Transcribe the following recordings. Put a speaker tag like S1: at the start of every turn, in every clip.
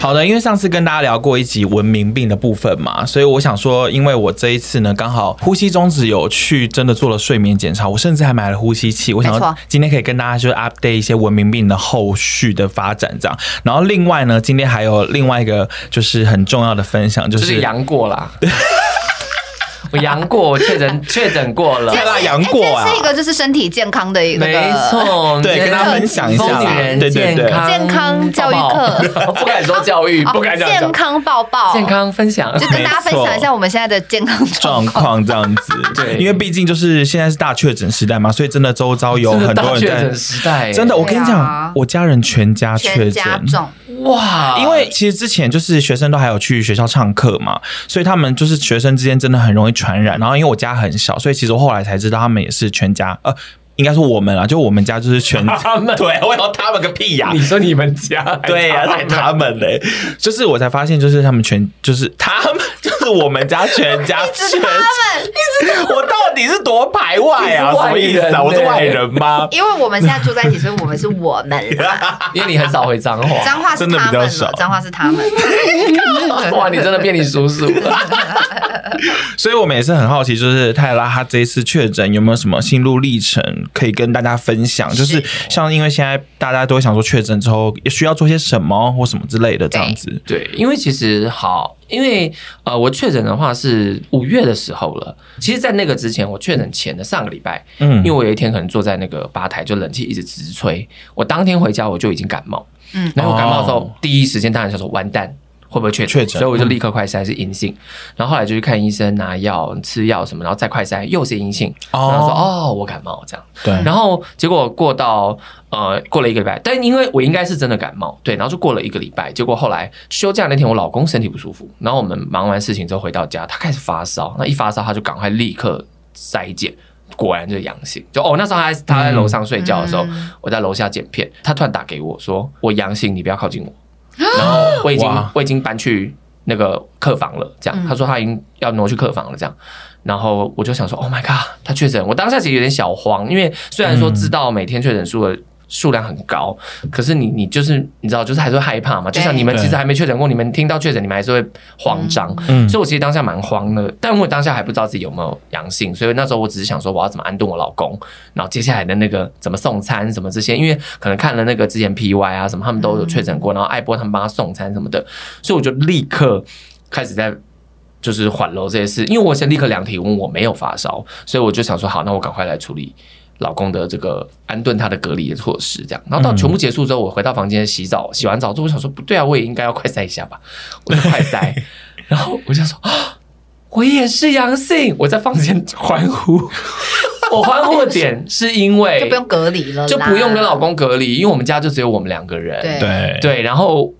S1: 好的，因为上次跟大家聊过一集文明病的部分嘛，所以我想说，因为我这一次呢，刚好呼吸中止有去真的做了睡眠检查，我甚至还买了呼吸器。我想
S2: 没
S1: 要
S2: 错
S1: 今天可以跟大家就是 update 一些文明病的后续的发展这样。然后另外呢，今天还有另外一个就是很重要的分享，就
S3: 就是是杨过 啦。我杨过，我确 诊确诊过了
S1: 对，
S2: 哎
S1: 啦，杨过啊
S4: 这，是一个就是身体健康的一个
S3: 没错。
S1: 对
S3: 你
S1: 跟大家分享一下啦
S3: 疯女人
S1: 对对对
S3: 健康
S4: 健康教育 课，哦
S3: 不敢
S2: 哦
S3: 说教育，不敢这样
S4: 健
S3: 讲。
S4: 康抱抱，
S3: 健康分享，
S4: 就 跟大家分享一下我们现在的健康状
S1: 状
S4: 况。
S1: 况这样 子，
S3: 对
S1: 因为毕竟就是现在是大确诊时代嘛，所以真的周遭有
S3: 真的
S1: 很
S3: 大
S1: 多人
S3: 确
S1: 在
S3: 诊时代，
S1: 真的，我跟你
S2: 对
S1: 讲，
S2: 啊
S1: 我家人全家确
S4: 全
S1: 诊
S4: 家。重，
S3: 哇！
S1: 因为其实之前就是学生都还有去学校上课嘛，所以他们就是学生之间真的很容易传染。然后因为我家很小，所以其实我后来才知道他们也是全家，呃，应该说我们啦，啊就我们家就是全
S3: 他们
S1: 对，我要他们个屁 呀、
S3: 你说你们家
S1: 对呀、在他们嘞，就是我才发现，就是他们全，就是他们， 就是我们家全家全，我到底是多排外啊？
S3: 你是
S1: 什
S3: 外
S1: 么意思
S3: 人
S1: 啊？
S3: 嘞
S1: 我是外人吗？
S2: 因为我们现在住在一起，所以我们是我 们啦。
S3: 因为你很少回脏话，
S2: 脏话是
S1: 真的比
S2: 他
S1: 较
S2: 们
S1: 少
S2: 了，脏话是他们。
S3: 哇，你真的变你叔叔了。
S1: 所以我们也是很好奇，就是泰拉他这一次确诊有没有什么心路历程可以跟大家分享？就是像因为现在大家都会想说确诊之后需要做些什么或什么之类的这样子。
S3: 对，因为其实好，因为呃，我确诊的话是五月的时候了。其实，在那个之前，我确诊前的上个礼拜，
S1: 嗯
S3: 因为我有一天可能坐在那个吧台，就冷气一直直吹，我当天回家我就已经感冒。
S2: 嗯
S3: 嗯，然后我感冒的时候，
S1: 哦
S3: 第一时间当然想说完蛋。会不会确诊？
S1: 确诊嗯
S3: 所以我就立刻快筛是阴性，然后后来就去看医生拿药、吃药什么，然后再快筛又是阴性，然后说哦我感冒这样。
S1: 对，
S3: 然后结果过到呃过了一个礼拜，但因为我应该是真的感冒，对，然后就过了一个礼拜，结果后来休假那天我老公身体不舒服，然后我们忙完事情之后回到家，他开始发烧，那一发烧他就赶快立刻筛检。果然就阳性，就哦，那时候他在他在楼上睡觉的时候，我在楼下剪片，他突然打给我说我阳性，你不要靠近我。然后我已经
S1: 哇
S3: 我已经搬去那个客房了，这样，他说他已经要挪去客房了，这样。然后我就想说，Oh my god，他确诊！我当下其实有点小慌，因为虽然说知道每天确诊数的数量很高，可是你你就是你知道，就是还是会害怕嘛。就像你们
S1: 对
S3: 其实还没确诊过，你们听到确诊，你们还是会慌张。
S1: 嗯
S3: 所以我其实当下蛮慌的，但我当下还不知道自己有没有阳性，所以那时候我只是想说我要怎么安顿我老公，然后接下来的那个怎么送餐什么这些，因为可能看了那个 之前 PY 啊什么，他们都有确诊过，然后艾波他们帮他送餐什么的，所以我就立刻开始在。就是缓楼这些事，因为我先立刻量体温，我没有发烧，所以我就想说，好，那我赶快来处理老公的这个安顿他的隔离的措施，这样。然后到全部结束之后，我回到房间洗澡，洗完澡之后，我想说，不对啊，我也应该要快塞一下吧，我就快塞，然后我就说， 啊我也是阳性，我在房间欢呼，我欢呼的点是因为
S4: 就不用隔离了啦，
S3: 就不用跟老公隔离，因为我们家就只有我们两个人，
S4: 对
S1: 对
S3: 对，然后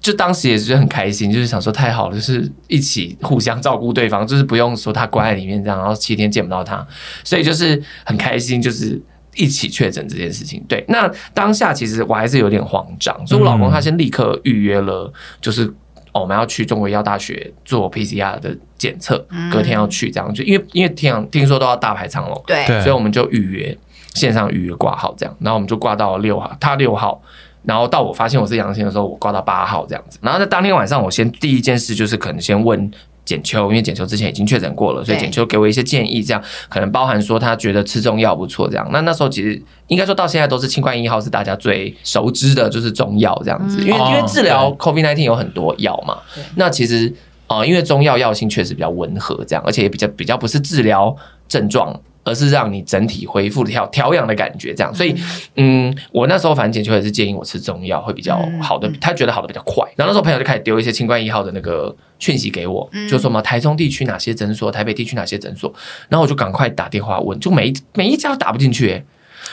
S3: 就当时也是很开心，就是想说太好了，就是一起互相照顾对方，就是不用说他关在里面这样，然后七天见不到他，所以就是很开心，就是。一起确诊这件事情，对，那当下其实我还是有点慌张，所以我老公他先立刻预约了，就是、哦、我们要去中国医药大学做 PCR 的检测，隔天要去这样，就因为因为听听说都要大排长龙，
S2: 对，
S1: 对
S3: 所以我们就预约线上预约挂号这样，然后我们就挂到六号，他六号，然后到我发现我是阳性的时候，我挂到八号这样子。然后在当天晚上，我先第一件事就是可能先问。简秋，因为简秋之前已经确诊过了，所以
S2: 对
S3: 简秋给我一些建议，这样可能包含说他觉得吃中药不错，这样。那那时候其实应该说到现在都是清冠一号是大家最熟知的，就是中药这样子，因为因为
S1: 哦
S3: 治疗 COVID nineteen 有很多药嘛，那其实呃，因为中药药性确实比较温和，这样，而且也比较比较不是治疗症状，而是让你整体恢复调调养的感觉，这样。所以，嗯，我那时候反正简秋也是建议我吃中药会比较好的，他觉得好的比较快。然后那时候朋友就开始丢一些清冠一号的那个讯息给我，就说什么台中地区哪些诊所，台北地区哪些诊所，然后我就赶快打电话问，就每一每一家都打不进去、欸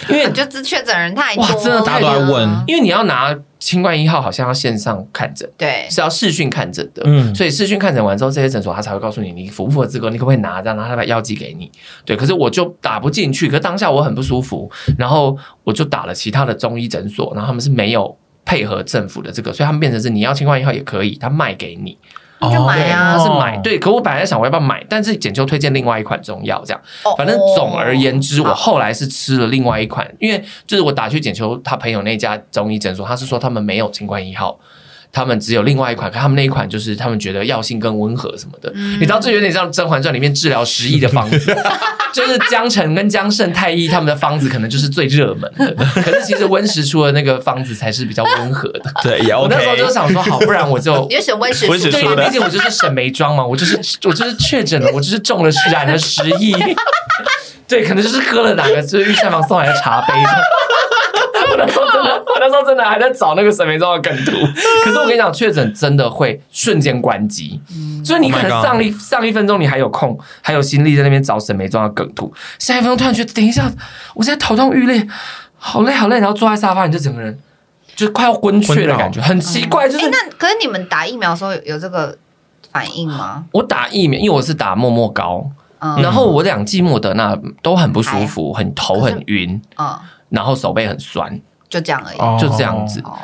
S3: 因 为
S2: 你就自确诊人太多
S3: 哇
S2: 了，
S3: 真的
S1: 大家都在问
S3: 因为你要拿新冠一号好像要线上看诊。
S4: 对，
S3: 是要视讯看诊的，
S1: 嗯
S3: 所以视讯看诊完之后，这些诊所他才会告诉你你符不符合资格，你可不可以拿这样，然后他把药剂给你。对，可是我就打不进去，可是当下我很不舒服，然后我就打了其他的中医诊所，然后他们是没有配合政府的这个，所以他们变成是你要清冠一号也可以，他卖给你，
S4: 那
S1: 哦
S4: 就
S1: 哎
S4: 买啊
S3: 他是买，对。可我本来想我要不要买，但是简秋推荐另外一款中药这样。
S4: 哦
S3: 反正总而言之，
S4: 哦
S3: 我后来是吃了另外一款，因为就是我打去简秋他朋友那家中医诊所，他是说他们没有清冠一号。他们只有另外一款，可他们那一款就是他们觉得药性更温和什么的，你知道这有点像《甄嬛传》里面治疗失忆的方子， 就是江澄跟江胜太医他们的方子可能就是最热门的，可是其实温实初的那个方子才是比较温和的。
S1: 对，也
S3: 我
S1: 哦 OK
S3: 那。时候就想说，好，不然我就
S4: 你就选温室
S1: 温室
S4: 树
S1: 树
S2: 啊
S3: 对，
S1: 的
S3: 毕竟我就是沈眉庄嘛，我就是我就是确诊了，我就是中了染了十亿， 对，可能就是喝了哪个就是御膳房送来的茶杯。 我那时候真的，我那时候真的还在找那个沈眉庄的梗图。可是我跟你讲，确诊真的会瞬间关机，所以你可能
S1: Oh my God
S3: 上一上一分钟你还有空，还有心力在那边找沈眉庄的梗图，下一分钟突然觉得等一下，我现在头痛欲裂，好累好累，然后坐在沙发你就整个人就快要昏厥的感觉，很奇怪，就是
S4: 哎，那可是你们打疫苗的时候有有这个反应吗？
S3: 我打疫苗，因为我是打默默膏，
S4: 嗯
S3: 然后我两剂莫德纳都很不舒服，很头很晕，
S4: 嗯，
S3: 然后手背很酸，
S4: 就这样而已。
S1: 哦
S3: 就这样子。
S4: 哦，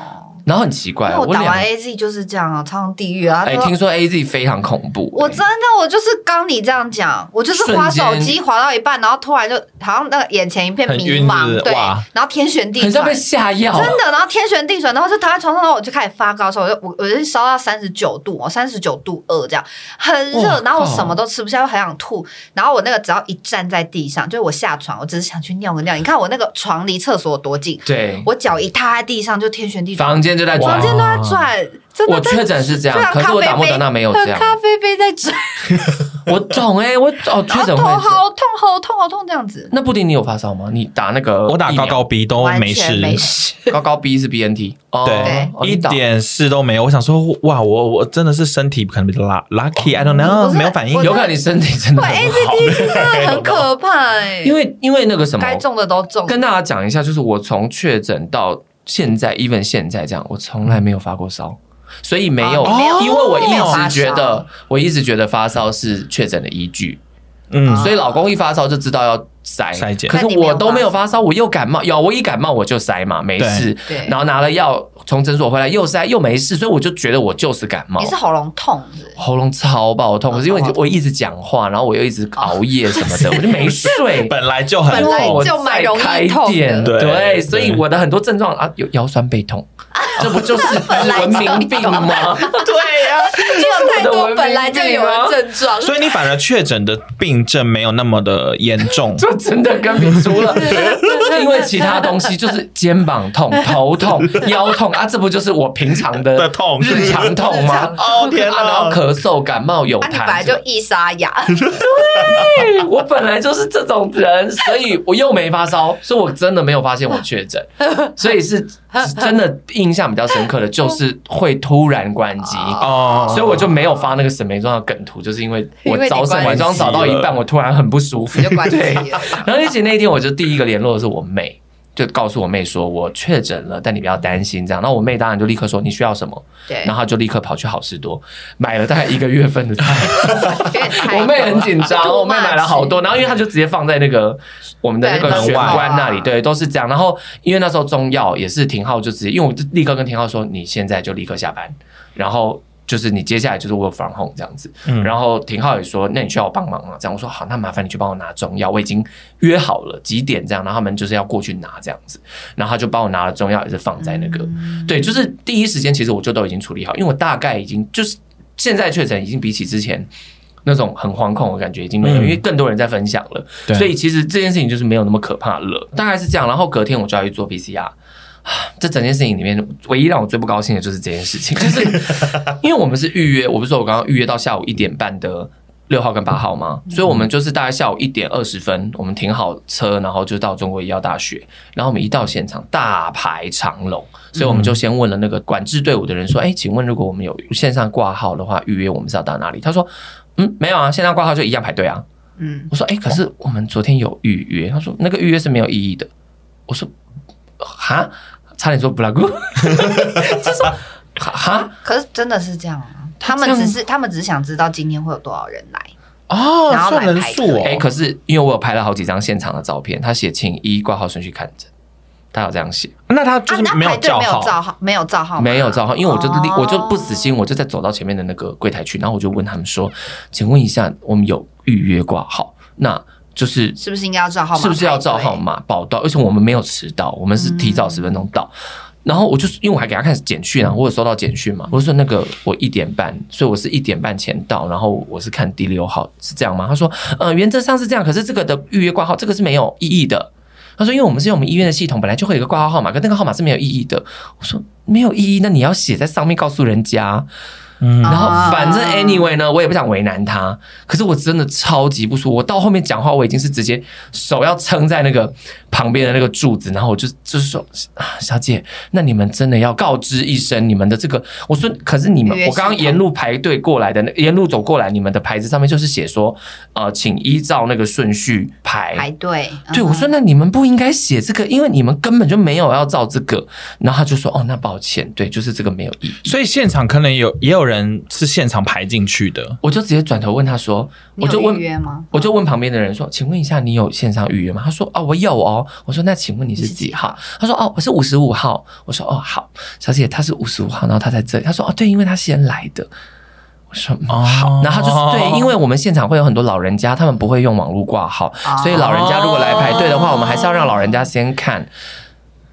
S3: 然后很奇怪，
S4: 那我
S3: 我
S4: 打
S3: 两
S4: 完 A Z 就是这样啊，超像地狱啊！
S3: 哎，
S4: 他说
S3: 听说 A Z 非常恐怖，
S4: 我
S3: 哎
S4: 真的，我就是刚你这样讲，我就是
S3: 瞬
S4: 滑手
S3: 间
S4: 机滑到一半，然后突然就好像那个眼前一片
S1: 很
S4: 迷
S1: 晕
S4: 茫
S1: 是不，是
S4: 对
S1: 哇，
S4: 然后天旋地
S3: 很像
S4: 转
S3: 被，下药，
S4: 真的，然后天旋地转，然后就躺在床上，然后我就开始发高烧，我就我我就烧到三十九度，我三十九度二这样，很
S3: 哇
S4: 热，然后我
S3: 靠
S4: 什么都吃不下，又很想吐，然后我那个只要一站在地上，就是我下床，我只是想去尿个尿，你看我那个床离厕所有多近，
S3: 对，
S4: 我脚一踏在地上就天旋地转，
S3: 房间就在
S4: 房
S3: 转
S4: 间。都在转，真的
S3: 我
S4: 在
S3: 确诊是这
S4: 就像
S3: 样，可是我打莫德纳没有
S4: 喝
S3: 这样。
S4: 咖啡杯在转，
S3: 我懂哎，我哦确
S4: 然后头
S3: 诊会这
S4: 好
S3: 样。
S4: 痛，好痛，好痛这样子，
S3: 那布丁，你有发烧吗？你打那个
S1: 我打
S3: 疫
S1: 高
S3: 苗
S1: 高
S3: 哦
S1: 鼻都
S4: 完
S1: 没
S4: 全
S1: 事，
S4: 没事。
S3: 高高 B 是 B N T，
S1: 对
S3: 哦，
S1: 一
S3: 你打
S1: 点事都没有。我想说，哇，我我真的是身体可能比较 luck- lucky，I don't
S4: 我
S1: know，
S4: 是
S1: 没有反应
S4: 我。哎
S3: 有可能你身体真的
S4: 哇
S3: 很
S4: ，A
S3: 好
S4: Z D 真的很可怕哎、
S3: 因为因为那个什么，
S4: 该中的都中，
S3: 跟大家讲一下，就是我从确诊到现在，even 现在这样，我从来没有发过烧，所以没有，
S4: 哦没有
S3: 因为我
S4: 没有
S3: 一
S4: 发
S3: 直觉
S4: 烧
S3: 得，我一直觉得发烧是确诊的依据，
S1: 嗯，
S3: 所以老公一发烧就知道要筛
S1: 筛检
S3: 可是
S4: 但你没有
S3: 我都没有
S4: 发
S3: 发烧，我又感冒，有我一感冒我就筛嘛，没事
S4: 对对，
S3: 然后拿了药从诊所回来又筛又没事，所以我就觉得我就是感冒
S4: 你。是喉咙痛是不是
S3: 喉咙超爆痛，可是因为
S4: 哦
S3: 我一直讲话，然后我又一直熬夜什么的，我就没睡。
S1: 本来就很
S4: 本来
S1: 痛
S3: 我，
S4: 就蛮容易
S3: 哦再开
S4: 痛的
S3: 店
S1: 对对
S3: 对，所以我的很多症状啊，有腰酸 背痛，这不就是
S4: 本来就
S3: 文明病
S4: 哦
S3: 吗？啊
S1: 对呀。
S4: 就是太
S3: 我的
S4: 多
S3: 文明，
S4: 本来就有的症状，啊
S1: 所以你反而确诊的病症没有那么的严重
S3: 就真的跟你输了，因为其他东西就是肩膀 痛、头痛、腰痛啊，这不就是我平常的
S1: 的痛
S3: 日常痛吗？
S1: 哦天哪
S3: 啊然后咳嗽、感冒、有
S4: 啊，
S3: 痰
S4: 你
S3: 什么的，
S4: 本来就易沙哑，
S3: 对 我本来就是这种人，所以我又没 发烧，所以我真的没有发现我确诊，所以是真的印象比较深刻的就是会突然关机。
S4: 啊
S1: 哦，
S3: 所以我就没有发那个沈眉庄的梗图，就是因为我
S4: 因为你
S3: 找沈眉庄找到一
S1: 关
S3: 半，我突然很不舒服
S4: 你就。关机
S3: 对，
S4: 了。
S3: 然后而且那一天，我就第一个联络的是我妹，就告诉我妹说我确诊了，但你不要担心这样。然后我妹当然就立刻说你需要什么，
S4: 对，
S3: 然后她就立刻跑去好事多买了大概一个月份的菜。
S4: 有点太
S3: 我妹很紧张，
S4: 多
S3: 我妹买了好多，然后因为她就直接放在那个我们的那个
S1: 对
S3: 玄关那里，
S4: 门外
S3: 对，都是这样。然后因为那时候中药也是廷浩就直接，因为我就立刻跟廷浩说，你现在就立刻下班，然后。就是你接下来就是我防控这样子，
S1: 嗯
S3: 然后廷浩也说，那你需要我帮忙吗？这样我说好，那麻烦你去帮我拿中药，我已经约好了几点这样，然后他们就是要过去拿这样子，然后他就帮我拿了中药，也是放在那个，
S1: 嗯
S3: 对，就是第一时间其实我就都已经处理好，因为我大概已经就是现在确诊已经比起之前那种很惶恐的感觉已经没有，
S1: 嗯
S3: 因为更多人在分享了，
S1: 对
S3: 所以其实这件事情就是没有那么可怕了，大概是这样。然后隔天我就要去做 PCR。啊这整件事情里面，唯一让我最不高兴的就是这件事 情，就是因为我们是预约，我不是说我刚刚预约到下午一点半的六号跟八号吗？
S1: 嗯
S3: 所以我们就是大概下午一点二十分，我们停好车，然后就到中国医药大学，然后我们一到现场大排长龙，所以我们就先问了那个管制队伍的人说：“哎、请问如果我们有线上挂号的话，预约我们是要到哪里？”他说：“嗯，没有啊，线上挂号就一样排队啊。”
S4: 嗯，
S3: 我说：“哎、可是我们昨天有预约。”他说：“那个预约是没有意义的。”我说：“哈，差点说布拉古， 就说哈哈
S4: 可是真的是这样啊，他们
S3: 这样
S4: 只是他们只是想知道今天会有多少人来，
S1: 哦
S4: 然，后
S1: 算人
S4: 来排
S1: 数
S4: 队
S1: 哦，
S3: 哎、可是因为我有拍了好几张现场的照片，他写请依挂号顺序看诊，他有这样写，
S1: 那他就
S4: 啊
S1: 是，
S4: 那
S1: 没有
S4: 排队
S1: 叫
S4: 没有
S1: 号，
S4: 照号，没有照号码，
S3: 没有照号，因为我就立
S4: 哦
S3: 我就不死心，我就在走到前面的那个柜台去，然后我就问他们说，请问一下，我们有预约挂号，那就是
S4: 是不是应该要照号码？
S3: 是不是要照号？码报到？而且我们没有迟到，我们是提
S4: 嗯
S3: 早十分钟到。然后我就是因为我还给他看简讯啊，我有收到简讯嘛，我就说那个我一点半，所以我是一点半前到，然后我是看第六号是这样吗？他说，呃，原则上是这样，可是这个的预约挂号这个是没有意义的。他说，因为我们是用我们医院的系统，本来就会有一个挂号号码，跟那个号码是没有意义的。我说没有意义，那你要写在上面告诉人家。
S1: 嗯
S3: 然后
S4: 啊
S3: 反正 anyway 呢，我也不想为难他，可是我真的超级不舒服。我到后面讲话，我已经是直接手要撑在那个旁边的那个柱子，然后我就就是说啊，小姐，那你们真的要告知一声你们的这个。我说，可是你们
S4: 预约，系
S3: 我刚刚沿路排队过来的，那沿路走过来，你们的牌子上面就是写说，呃，请依照那个顺序
S4: 排队。
S3: 对，
S4: 嗯
S3: 我说那你们不应该写这个，因为你们根本就没有要照这个。然后他就说哦，那抱歉，对，就是这个没有意义。
S1: 所以现场可能有也有人是现场排进去的，
S3: 我就直接转头问他说，
S4: 你
S3: 我就
S4: 有
S3: 问
S4: 预，约吗？
S3: 我就问旁边的人说，请问一下你有线上预约吗？他说哦，我有哦。我说那请问你是
S4: 你是几
S3: 几号？他说哦，我是五十五号。我说哦，好，小姐，他是五十五号，然后他在这里。他说哦，对，因为他先来的。我说嗯
S1: 哦
S3: 好，然后他就是对，因为我们现场会有很多老人家，他们不会用网络挂号，
S4: 哦
S3: 所以老人家如果来排队的话，我们还是要让老人家先看。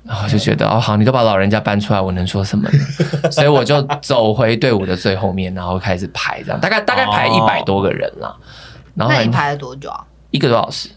S3: 然后我就觉得哦，好，你都把老人家搬出来，我能说什 么呢？所以我就走回队伍的最后面，然后开始排，这样大概大概排一
S1: 哦
S3: 百多个人啦。然后
S4: 那你
S3: 很
S4: 排了多久啊？
S3: 一个多小时，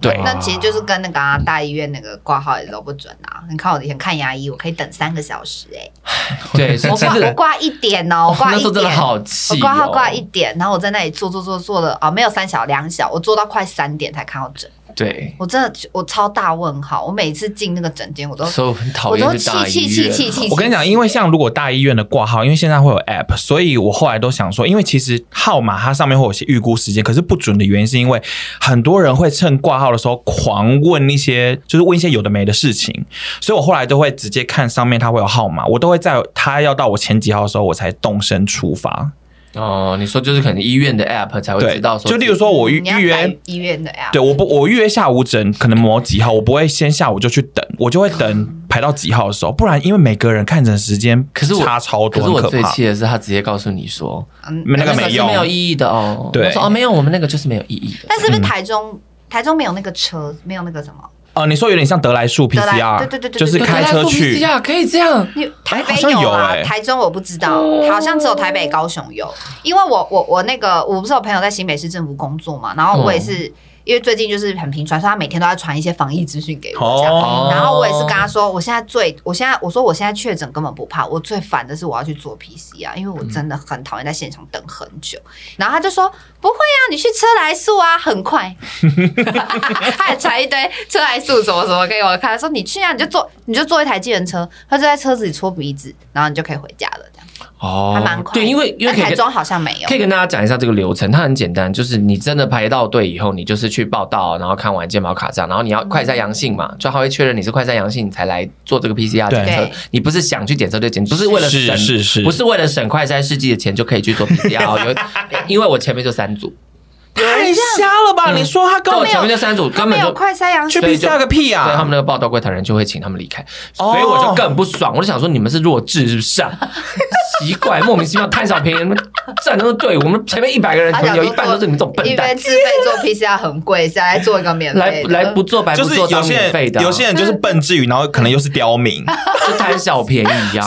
S3: 对，
S4: 那其实就是跟那个、啊、大医院那个挂号也都不准啊！你看我以前看牙医，我可以等三个小时 哎、
S3: 对，所以
S4: 我
S3: 其
S4: 挂我
S3: 实
S4: 挂一点哦，我挂
S3: 那
S4: 一
S3: 时候真的
S4: 点，
S3: 好气、
S4: 我
S3: 哦，
S4: 挂号挂一点，然后我在那里坐坐坐坐了啊、没有三小两小，我坐到快三点才看到诊，
S3: 对，
S4: 我真的我超大问号，我每次进那个诊间我都
S3: 所以我很讨厌
S4: 我都
S3: 去大
S4: 气
S3: 医
S4: 气
S3: 院。
S4: 气气气
S1: 我跟你讲，因为像如果大医院的挂号，因为现在会有 app，所以我后来都想说，因为其实号码它上面会有些预估时间，可是不准的原因是因为很多人会趁挂号的时候狂问一些，就是问一些有的没的事情，所以我后来都会直接看上面它会有号码，我都会在它要到我前几号的时候，我才动身出发。
S3: 哦，你说就是可能医院的 app 才会
S1: 对
S3: 知道，说，
S1: 就例如说我预
S4: 嗯你要
S1: 预约
S4: 在医院的呀，
S1: 对，我不，我预约下午诊，可能某几号，我不会先下午就去等，我就会等排到几号的时候，不然因为每个人看诊时间
S3: 可是我
S1: 差超
S3: 可
S1: 多，
S3: 是
S1: 很
S3: 我
S1: 可
S3: 最
S1: 怕。
S3: 气的是，他直接告诉你说，
S4: 嗯，
S1: 那个
S3: 个
S1: 没
S3: 是
S1: 用
S3: 没有意义的哦。
S1: 对
S3: 我说哦，没有，我们那个就是没有意义的。
S4: 但是不是台中、台中没有那个车，没有那个什么？
S1: 哦、你说有点像德来速
S4: 德莱
S1: PCR，
S4: 对对对对
S1: 就是
S4: 对
S1: 开车去。
S3: 呀，可以这样。
S4: 你台北
S1: 哎好像有
S4: 啊，
S1: 欸
S4: 台中我不知道，好像只有台北、高雄有。因为我我我那个我不是有朋友在新北市政府工作嘛，然后我也是、因为最近就是很频传，所以他每天都在传一些防疫资讯给我这样。
S3: 哦
S4: 然后我也是跟他说，我现在最，我现在我说我现在确诊根本不怕，我最烦的是我要去做 PCR，因为我真的很讨厌在现场等很久。然后他就说不会啊，你去车来速啊，很快。 他还传一堆车来速什么什么给我看，说你去啊，你就坐你就坐一台计程车，他就在车子里搓鼻子，然后你就可以回家了，这样
S3: 哦
S4: 还蛮快。
S3: 对，因为因为
S4: 但
S3: 可以
S4: 台
S3: 跟
S4: 中好像没有
S3: 可以跟大家讲一下这个流程，它很简单，就是你真的排到队以后，你就是去报到，然后看完健保卡这样，然后你要快筛阳性嘛，就他会确认你是快筛阳性，你才来做这个 PCR
S1: 对
S3: 检测
S4: 嗯对。
S3: 你不是想去检测就检，不是为了
S1: 是
S3: 省，
S1: 是是
S3: 不是为了省快筛试剂的钱就可以去做 PCR 哦。有，因为我前面就三 组，
S1: 太瞎了吧！你说他跟
S3: 跟
S1: 我
S3: 我
S4: 哎没有啊
S3: 前面就三组
S4: 他
S3: 根
S4: 没
S3: 本
S4: 有
S3: 就。
S4: 快筛阳
S1: 去
S4: 性，
S3: 嗯所以就
S1: PCR 个屁
S3: 所以他
S1: 啊
S3: 们！那个报道柜台人就会请他们离开，
S1: 哦
S3: 所以我就更不爽，我就想说你们是弱智是不是啊？奇怪，莫名其妙贪小便宜，你们站那个队伍，我们前面一百个人，
S4: 他
S3: 可能
S4: 想
S3: 有
S4: 说
S3: 一半都 是你们这种笨
S4: 因
S3: 蛋
S4: 为。自费做 PCR 很贵，现在做一个免
S3: 来
S4: 费的
S3: 来不做白不
S1: 就是
S3: 做
S1: 有
S3: 当
S1: 些
S3: 免费
S1: 人，
S3: 的啊，
S1: 有些人就是笨之余，然后可能又是 刁民，
S3: 就贪小便宜呀、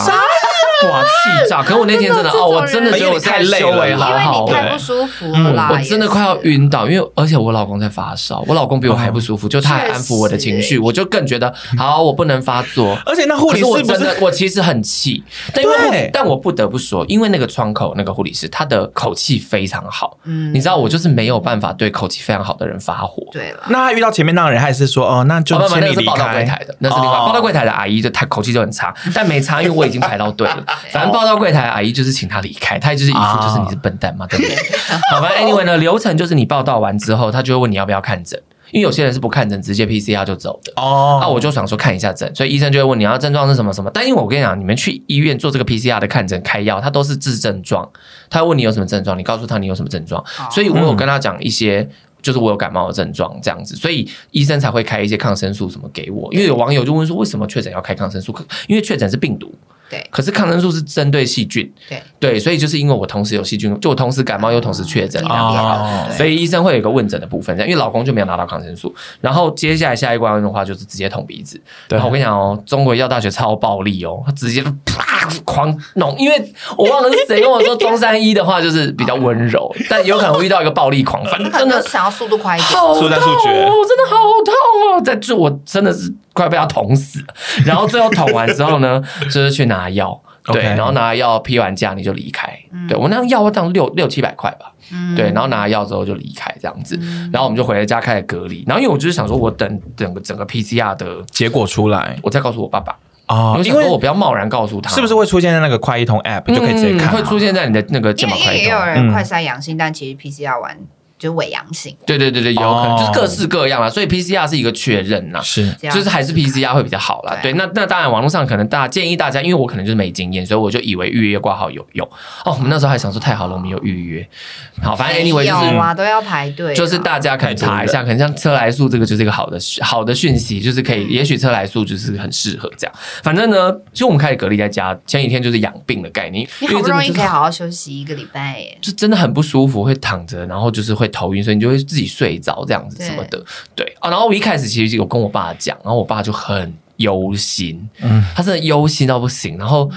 S3: 哇，气炸！可是我那天真的
S4: 这
S3: 哦，
S4: 种
S3: 我真的觉得我在修为哎好好
S4: 因为你
S3: 的。
S4: 太不舒服了啦，
S3: 我真的快要
S4: 也是。
S3: 晕倒，因为而且我老公在发烧，我老公比我还不舒服，就他还安抚我的情
S4: 确
S3: 绪，我就更觉得好，我不能发作。
S1: 而且那护
S3: 可
S1: 理
S3: 是我
S1: 师不
S3: 真的
S1: 是，
S3: 我其实很气，但因为护
S1: 对
S3: 但我不得不说，因为那个窗口那个护理师，他的口气非常好，
S4: 嗯
S3: 你知道，我就是没有办法对口气非常好的人发火。
S4: 对了，
S1: 那他遇到前面那个人，他也是说哦，那就
S3: 哦，不不，
S1: 请
S3: 那
S1: 你
S3: 个是
S1: 离
S3: 报到柜
S1: 开
S3: 台的，那是另外
S1: 哦
S3: 报到柜台的阿姨，就她口气就很差，但没差，因为我已经排到队 了。反正报到柜台的阿姨就是请她离开，她就是一副就是你是笨蛋嘛，对不对？好吧，anyway 呢，流程就是你报到完之后，她就会问你要不要看诊。因为有些人是不看诊直接 PCR 就走的。
S1: 哦
S3: 啊那、我就想说看一下诊，所以医生就会问你要症状是什么什么。但因为我跟你讲，你们去医院做这个 PCR 的看诊开药，他都是治症状，他会问你有什么症状，你告诉他你有什么症状。
S1: 哦
S3: 所以我有跟他讲一些。就是我有感冒的症状这样子，所以医生才会开一些抗生素什么给我。因为有网友就问说，为什么确诊要开抗生素？可因为确诊是病毒，
S4: 对
S3: 可是抗生素是针对细菌，
S4: 对
S3: 对，所以就是因为我同时有细菌，就我同时感冒又同时确诊
S4: 你
S3: 这
S4: 那
S3: 样子。
S4: 边
S1: 哦
S4: 对
S3: 所以医生会有一个问诊的部分，这样因为老公就没有拿到抗生素。然后接下来下一关的话就是直接捅鼻子。
S1: 对
S3: 然后我跟你讲哦，中国医药大学超暴力哦，他直接啪狂弄，因为我忘了是谁跟我说中山医的话就是比较温柔， 但有可能会遇到一个暴力狂，反正
S4: 可
S3: 真
S4: 能
S3: 的
S4: 想要速度快一 点。
S3: 好
S1: 速
S3: 痛
S1: 战速决
S3: 哦，真的好痛哦！在这我真的是快被他捅死了。然后最后捅完之后呢， 就是去拿药，对
S1: OK 嗯
S3: 然后拿药批完假你就离开。对我那样药当六六七百块吧，
S4: 嗯
S3: 对，然后拿了药之后就离开这样子，然后我们就回了家开始隔离。然后因为我就是想说，我等整个整个 PCR 的，
S1: 结果出来
S3: 我再告诉我爸爸，
S1: 哦，
S3: 我
S1: 因
S3: 想说
S1: 为
S3: 我不要贸然告诉他，嗯
S1: 是不是会出现在那个快一通 App 就可以直接看？啊
S3: 会出现在你的那个
S4: 因
S3: 健
S4: 为
S3: 保
S4: 因
S3: 快
S4: 为
S3: 递
S4: 也有
S3: 通？
S4: 人快筛阳性，但其实 PCR 完就是伪阳性。
S3: 对对对对，有可能、
S1: 哦
S3: 就是各式各样啦，所以 PCR 是一个确认 呐、
S1: 是
S4: 这样
S3: 就是还是 PCR 会比较好啦。
S4: 啊对
S3: 对，那那当然，网络上可能大家建议大家，因为我可能就是没经验，所以我就以为预约挂号有用。哦，我们那时候还想说太好了，我们有预约。好，反正 anyway 就是
S4: 有啊，都要排队啊，
S3: 就是大家可以查一下，可能像车来素这个就是一个好的好的讯息，就是
S4: 嗯
S3: 可以，也许车来素就是很适合这样。反正呢，其实我们开始隔离在家，前几天就是养病的概念，
S4: 你
S3: 因
S4: 好
S3: 为
S4: 不
S3: 真
S4: 容
S3: 的
S4: 易
S3: 就是
S4: 可以好好休息一个礼拜耶。
S3: 就真的很不舒服，会躺着，然后就是会头晕，所以你就会自己睡着这样子什么的。对啊，然后我一开始其实有跟我爸讲，然后我爸就很忧心，
S1: 嗯
S3: 他真的忧心到不行。然后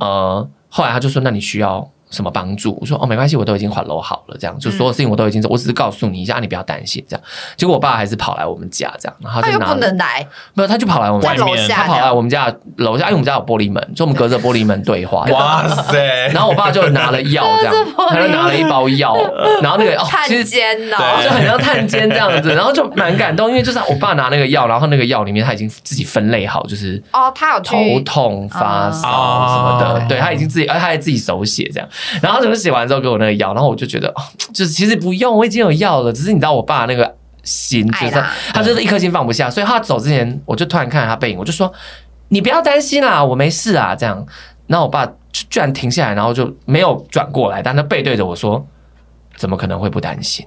S3: 呃，后来他就说：“那你需要什么帮助？”我说：“哦，没关系，我都已经缓楼好了，这样就所有事情我都已经，我只是告诉你一下，你不要担心。”这样，结果我爸还是跑来我们家，这样，然后
S4: 他
S3: 他
S4: 又
S3: 就拿
S4: 不
S3: 了，
S4: 能来，
S3: 没有，他就跑来我们
S4: 在
S3: 家，
S4: 楼
S3: 他
S4: 下
S3: 跑
S4: 这
S3: 来
S4: 样
S3: 我们家楼下，因为我们家有玻璃门，所以我们隔着玻璃门对话。
S1: 哇塞，
S3: 然后我爸就拿了 药，这样
S4: 这玻璃，
S3: 他就拿了一包药，然后那个哦，
S4: 探
S3: 其实
S4: 监
S1: 对
S4: 哦，
S3: 就很像探监这样子，然后就蛮感动，因为就是我爸拿那个药，然后那个药里面他已经自己分类好，就是
S4: 哦，他有去
S3: 头痛、发烧什么
S1: 哦
S3: 的，对他已经自己，呃而他还自己手写这样，然后就是写完之后给我那个药，然后我就觉得，哦，就是其实不用，我已经有药了，只是你知道我爸那个心，就
S4: 爱
S3: 是
S4: 啦
S3: 他他就是一颗心放不下，所以他走之前，我就突然看着他背影，我就说：“你不要担心啦，我没事啊。”这样，然后我爸就居然停下来，然后就没有转过来，但他背对着我说：“怎么可能会不担心？”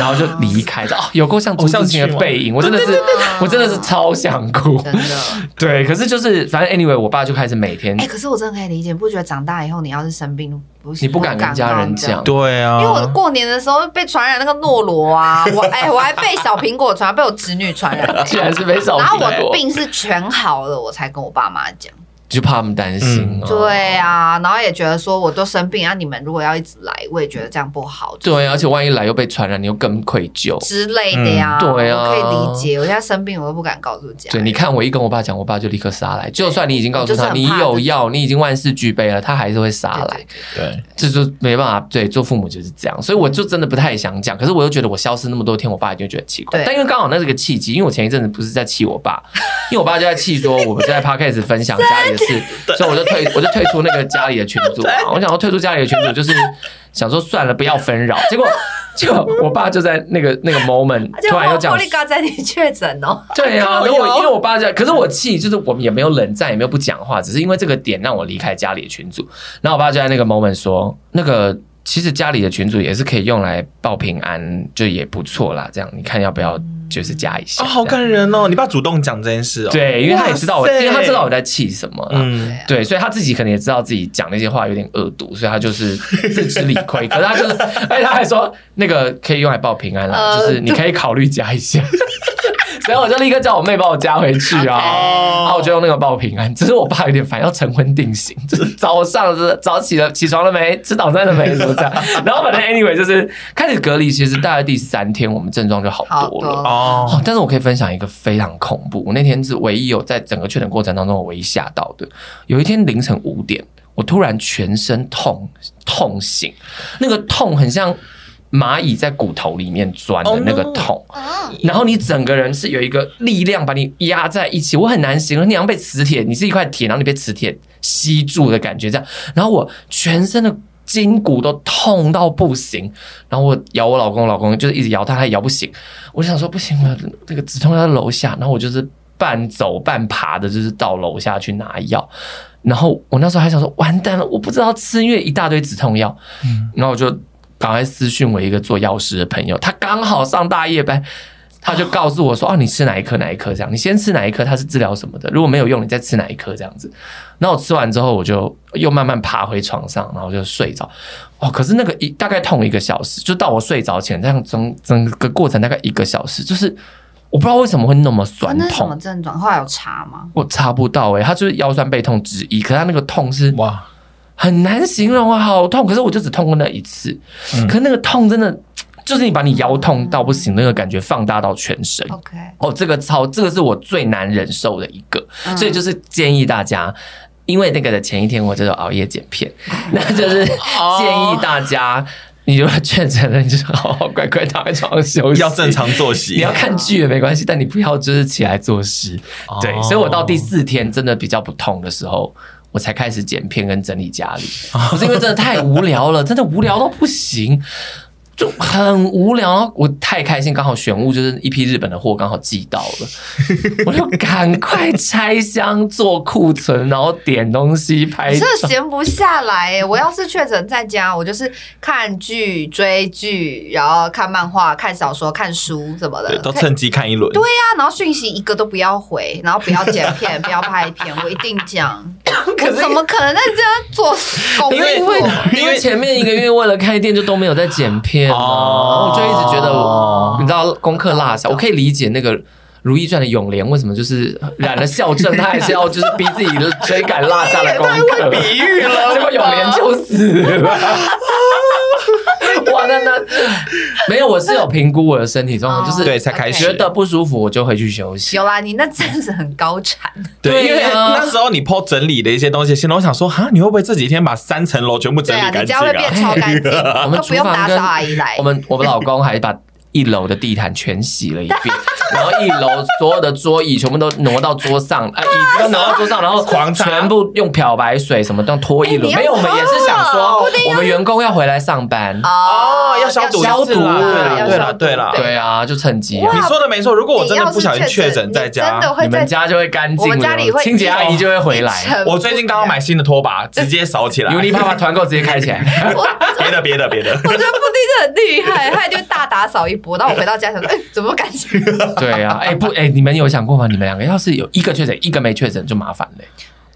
S3: 然后就离开了，哦，有够像朱自清的背影，我真的是，我真的是超想哭。
S4: 真的。
S3: 对，可是就是反正 anyway，我爸就开始每天
S4: 哎，可是我真的可以理解，你不觉得长大以后你要是生病，不是
S3: 你不敢跟家人
S4: 不敢
S3: 讲，
S1: 对啊，
S4: 因为
S3: 嗯
S4: 我过年的时候被传染那个诺罗啊，我哎、我还被小苹果传染，被我侄女传 染、哎
S3: 竟然是没少
S4: 然后我的
S3: 过，
S4: 病是全好了，我才跟我爸妈讲。
S3: 就怕他们担
S4: 嗯
S3: 心啊。
S4: 对啊，然后也觉得说我都生病啊，你们如果要一直来，我也觉得这样不好。就是
S3: 对，而且万一来又被传染，你又更愧疚。
S4: 之类的呀、
S3: 嗯对啊
S4: 我可以理解。我现在生病，我都不敢告诉家人。
S3: 对，你看我一跟我爸讲，我爸就立刻杀来。就算你已经告诉他
S4: 啊我就是
S3: 你
S4: 很怕
S3: 有
S4: 这
S3: 药，你已经万事俱备了，他还是会杀
S4: 对，
S3: 来
S4: 对。对
S1: 对
S3: 这就没办法，对，做父母就是这样，所以我就真的不太想讲。可是我又觉得我消失那么多天，我爸一定会觉得奇怪。
S4: 对
S3: 但因为刚好那是个契机，因为我前一阵子不是在气 我爸，因为我爸就在气说我们在 podcast 分享家里的 事，所以我就退，我就退出那个家里的群组嘛。我想要退出家里的群组，就是想说算了，不要纷扰。结果，结果我爸就在那个那个 moment
S4: 而且
S3: 突然又
S4: 我
S3: 讲
S4: 玻璃嘎在你确诊哦，
S3: 对啊，
S1: 哎
S4: 靠
S3: 然后我
S4: 腰
S3: 因为我爸在，可是我气就是我们也没有冷战，也没有不讲话，只是因为这个点让我离开家里的群组。然后我爸就在那个 moment 说，那个其实家里的群组也是可以用来报平安，就也不错啦。这样你看要不要就是加一下？
S1: 啊，好
S3: 这样
S1: 感人哦！你爸主动讲这件事哦，，
S3: 对，啊因为他也知道我，
S1: 哇塞
S3: 因为他知道我在气什么啦。
S1: 嗯，
S4: 啊
S3: 对，所以他自己可能也知道自己讲那些话有点恶毒，所以他就是自知理亏。可是他就是，而且他还说那个可以用来报平安啦，
S4: 呃
S3: 就是你可以考虑加一下。 所以我就立刻叫我妹帮我加回去啊。然后我就用那个报平安，只是我爸有点烦，要晨昏定型，就是早上是早起了，起床了没，吃早餐了没，什么这样。然后反正 anyway 就是开始隔离，其实大概第三天我们症状就好
S4: 好
S3: 多
S4: 多
S3: 了。
S4: 了
S1: 哦
S3: 哦，但是我可以分享一个非常恐怖，我那天是唯一有在整个确诊过程当中我唯一吓到的。有一天凌晨五点，我突然全身痛痛醒，那个痛很像蚂蚁在骨头里面钻的
S1: Oh
S3: 那个
S1: no
S3: 痛然后你整个人是有一个力量把你压在一起，我很难形容，你好像被磁铁，你是一块铁，然后你被磁铁吸住的感觉这样。然后我全身的筋骨都痛到不行。然后我摇我老公，我老公就是一直摇他，他也摇不醒。我就想说不行了，那个止痛药在楼下，然后我就是半走半爬的，就是到楼下去拿药。然后我那时候还想说，完蛋了，我不知道吃，因为一大堆止痛药。
S4: 嗯
S3: 然后我就赶快私讯我一个做药师的朋友，他刚好上大夜班，他就告诉我说：“哦、啊，你吃哪一颗哪一颗这样，你先吃哪一颗，它是治疗什么的，如果没有用，你再吃哪一颗这样子。”那我吃完之后，我就又慢慢爬回床上，然后就睡着。哦，可是那个一大概痛一个小时，就到我睡着前，这样整整个过程大概一个小时，就是我不知道为什么会那么
S4: 啊
S3: 酸
S4: 那是什
S3: 痛
S4: 么，症状？后来有查吗？
S3: 我查不到诶、欸，它就是腰酸背痛之一，可是它那个痛是
S1: 哇，
S3: 很难形容啊，好痛！可是我就只痛过那一次，
S1: 嗯
S3: 可那个痛真的就是你把你腰痛到不行，那个感觉放大到全身。
S4: OK，
S3: 哦，这个超，这个是我最难忍受的一个，
S4: 嗯
S3: 所以就是建议大家。因为那个的前一天我就是熬夜剪片，那就是建议大家，你如果确诊了，你就好好乖乖躺在床上休息，
S1: 要正常作息，
S3: 你要看剧也没关系，但你不要就是起来做事。
S1: 哦
S3: 对，所以我到第四天真的比较不痛的时候，我才开始剪片跟整理家里。我是因为真的太无聊了，真的无聊到不行。就很无聊，然后我太开心，刚好玄物就是一批日本的货刚好寄到了，我就赶快拆箱做库存，然后点东西拍
S4: 真
S3: 照。
S4: 的闲不下来 耶、我要是确诊在家，我就是看剧、追剧，然后看漫画、看小说、看书什么的
S1: 对，。都
S4: 可以
S1: 趁机看一轮。
S4: 对啊呀、然后讯息一个都不要回，然后不要剪片，不要拍片，我一定讲。 我怎么可能在家做工
S3: 因为
S4: 作？
S3: 哦因为前面一个月为了开店就都没有在剪片啊，
S1: 哦
S3: 我就一直觉得我你知道功课落下，我可以理解那个。《如懿传》的永莲为什么就是染了校正，她还是要就是逼自己的追赶落下的功 课？
S1: 比喻了
S3: 结果永莲就死了。哇，那那没有，我是有评估我的身体状
S4: 哦
S3: 况，就
S1: 对，
S3: 是
S1: 才开始
S3: 觉得不舒服我就回去休息。
S4: 有啦，你那阵子很高 产，
S1: 对，因
S3: 对
S1: 为
S3: 啊
S1: 那时候你 PO 整理的一些东西，现在我想说，哈，你会不会这几天把三层楼全部整
S4: 对啊，
S1: 理
S4: 你
S1: 干净
S4: 家会变
S1: 啊？
S4: 超干净，
S3: 我
S4: 都
S3: 们
S4: 不
S3: 厨
S4: 用打扫
S3: 房跟
S4: 阿姨来
S3: 我。们我们老公还把一楼的地毯全洗了一 遍，然后一楼所有的桌椅全部都挪到桌上，啊，椅子都挪到桌上，然后
S1: 狂擦
S3: 全部用漂白水什么都拖一
S4: 哎你
S3: 轮。
S4: 要
S3: 没有，我们也是想
S4: 啊
S3: 说，我们员工要回来上班，
S1: 哦，要消毒，
S3: 消毒
S1: 是啦对啦，
S3: 要
S1: 对
S4: 消
S1: 啦，
S4: 毒
S1: 对啦。
S3: 对啊，就趁机啊。
S1: 你说的没错，如果我真
S4: 你
S1: 的
S4: 要
S1: 不
S4: 是
S1: 小心确诊在
S4: 你
S1: 家
S4: 真，的会
S3: 你们
S4: 在
S3: 家就会干净
S4: 我们家里
S3: 了，
S4: 会
S3: 清洁阿姨就会回来。
S4: 成
S1: 我最近刚刚买新的 拖把，直接扫起来。
S3: 尤尼爸爸团购直接开起来，
S1: 别的别的别的，
S4: 我觉得布丁真的很厉害，他就大打扫一波。然后我回到家想说，哎、怎么感觉？
S3: 对啊，哎不哎，你们有想过吗？你们两个要是有一个确诊，一个没确诊就麻烦嘞。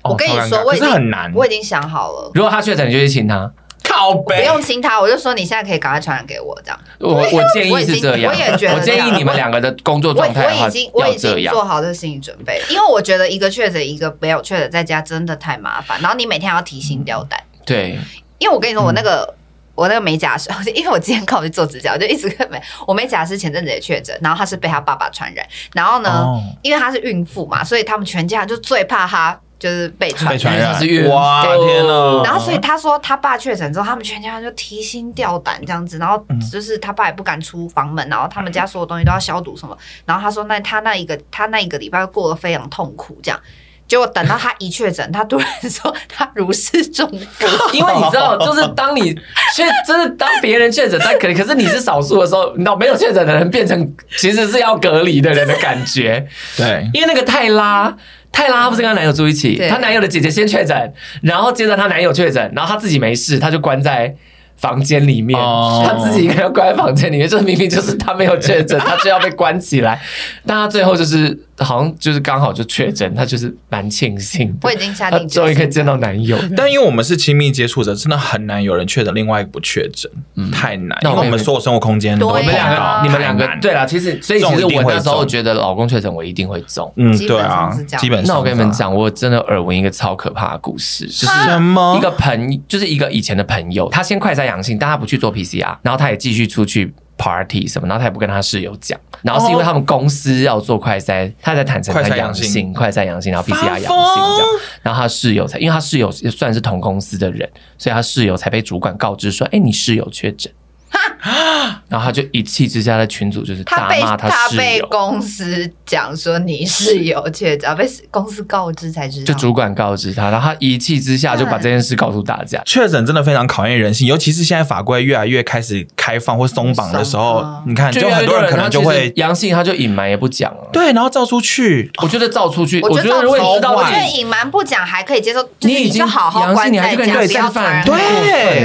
S4: 我跟你
S1: 哦超尴
S4: 说
S1: 尬
S4: 我
S1: 可
S4: 已
S1: 是
S4: 经
S1: 很难，
S4: 我已经想好了，
S3: 如果他确诊，你就去请他。
S1: 靠
S4: 不
S1: 背。
S4: 用亲他，我就说你现在可以赶快传染给我这样。
S3: 我我建议是这样，
S4: 啊我也觉得
S3: 我建议你们两个的工作
S4: 我
S3: 状态的
S4: 我
S3: 话
S4: 已经我
S3: 要
S4: 已
S3: 这
S4: 经
S3: 样
S4: 做。好这个心理准备，因为我觉得一个确诊一个没有确诊在家真的太麻烦，然后你每天还要提心吊胆。
S3: 对，
S4: 因为我跟你说，我
S3: 嗯
S4: 那个、我那个美甲师， 因为我今天刚好去做指甲，我就一直跟美我美甲师前阵子也确诊，然后他是被他爸爸传染，然后呢，
S1: 哦
S4: 因为他是孕妇嘛，所以他们全家就最怕他就是被传
S1: 被
S4: 染。
S1: 传
S3: 因为他是孕妇
S1: 染，哇天
S3: 啊
S1: 哪！
S4: 然后，所以他说他爸确诊之后，他们全家人就提心吊胆这样子，然后
S3: 嗯
S4: 就是他爸也不敢出房门，然后他们家所有东西都要消毒什么。然后他说那他那一个他那一个礼拜过得非常痛苦，这样。结果等到他一确诊，他突然说他如释重负，
S3: 因为你知道，就是当你确，就是当别人确诊，但可可是你是少数的时候，你知道没有确诊的人变成其实是要隔离的人的感觉，
S1: 对，
S3: 因为那个泰拉。泰拉她不是跟她男友住一起
S4: 对，
S3: 她男友的姐姐先确诊，然后接着她男友确诊，然后她自己没事，她就关在房间里面，
S1: 哦
S3: 她自己一个人关在房间里面，就是明明就是她没有确 诊，她就要被关起来，但她最后就是好像就是刚好就确诊，她就是蛮庆幸的
S4: 我已经下
S3: 她
S4: 定决
S3: 终于可以
S4: 心。
S3: 见到男友。
S1: 但因为我们是亲密接触者，真的很难有人确诊，另外一个不确诊，太难。
S3: 嗯
S1: 因
S3: 那
S1: 为
S3: 我
S1: 我
S3: 们
S1: 们所有生活空间，
S4: 对啊
S3: 我们两个，你们两个
S1: 哦太，难
S3: 对啦，其实所以其
S1: 中
S3: 实
S1: 一定
S3: 我
S1: 会
S3: 那时候
S1: 中
S3: 觉得老公确诊，我一定会中。
S1: 嗯，
S4: 基
S1: 对
S4: 本上
S1: 啊
S4: 是这，样
S1: 基本上
S3: 那我跟你们
S1: 是这样，
S3: 讲，我真的耳闻一个超可怕的故事，就是
S1: 什么
S3: 一个朋，就是一个以前的朋友，他先快筛阳性，但他不去做 PCR，然后他也继续出去 party 什么，然后他也不跟他室友讲，然后是因为他们公司要做快筛，他才坦诚
S1: 快
S3: 他
S1: 筛阳
S3: 阳
S1: 性
S3: 性，快筛阳性，然后 PCR
S1: 发
S3: 阳性这啊样，然后他室友才，因为他室友也算是同公司的人，所以他室友才被主管告知说，哎，你室友确诊。然后他就一气之下在群组就是
S4: 他
S3: 大
S4: 被
S3: 骂
S4: 他
S3: 室
S4: 被
S3: 友，
S4: 公司讲说你是有确诊，被公司告知才知
S3: 就
S4: 道。
S3: 主管告知他，然后他一气之下就把这件事告诉大家。
S1: 确诊真的非常考验人性，尤其是现在法规越来越开始开放或松绑的时
S4: 松绑啊
S1: 候，你看，就
S3: 越来
S1: 很
S3: 越
S1: 多人可能
S3: 他
S1: 就
S3: 其
S1: 会
S3: 实阳性，他就隐瞒也不讲啊了。
S1: 对，然后照出去，
S3: 我觉得照出去，
S4: 我
S3: 我觉得
S4: 照
S3: 如果你
S4: 顾
S3: 知道
S4: 我
S3: 自
S4: 觉
S3: 己
S4: 得隐瞒不讲还可以接受，就是
S3: 你已
S4: 就
S3: 经
S4: 好好
S3: 阳
S4: 关
S3: 性你还
S4: 在
S3: 去跟
S4: 家，
S3: 人家
S4: 不要
S3: 吃饭
S4: 传染
S3: 对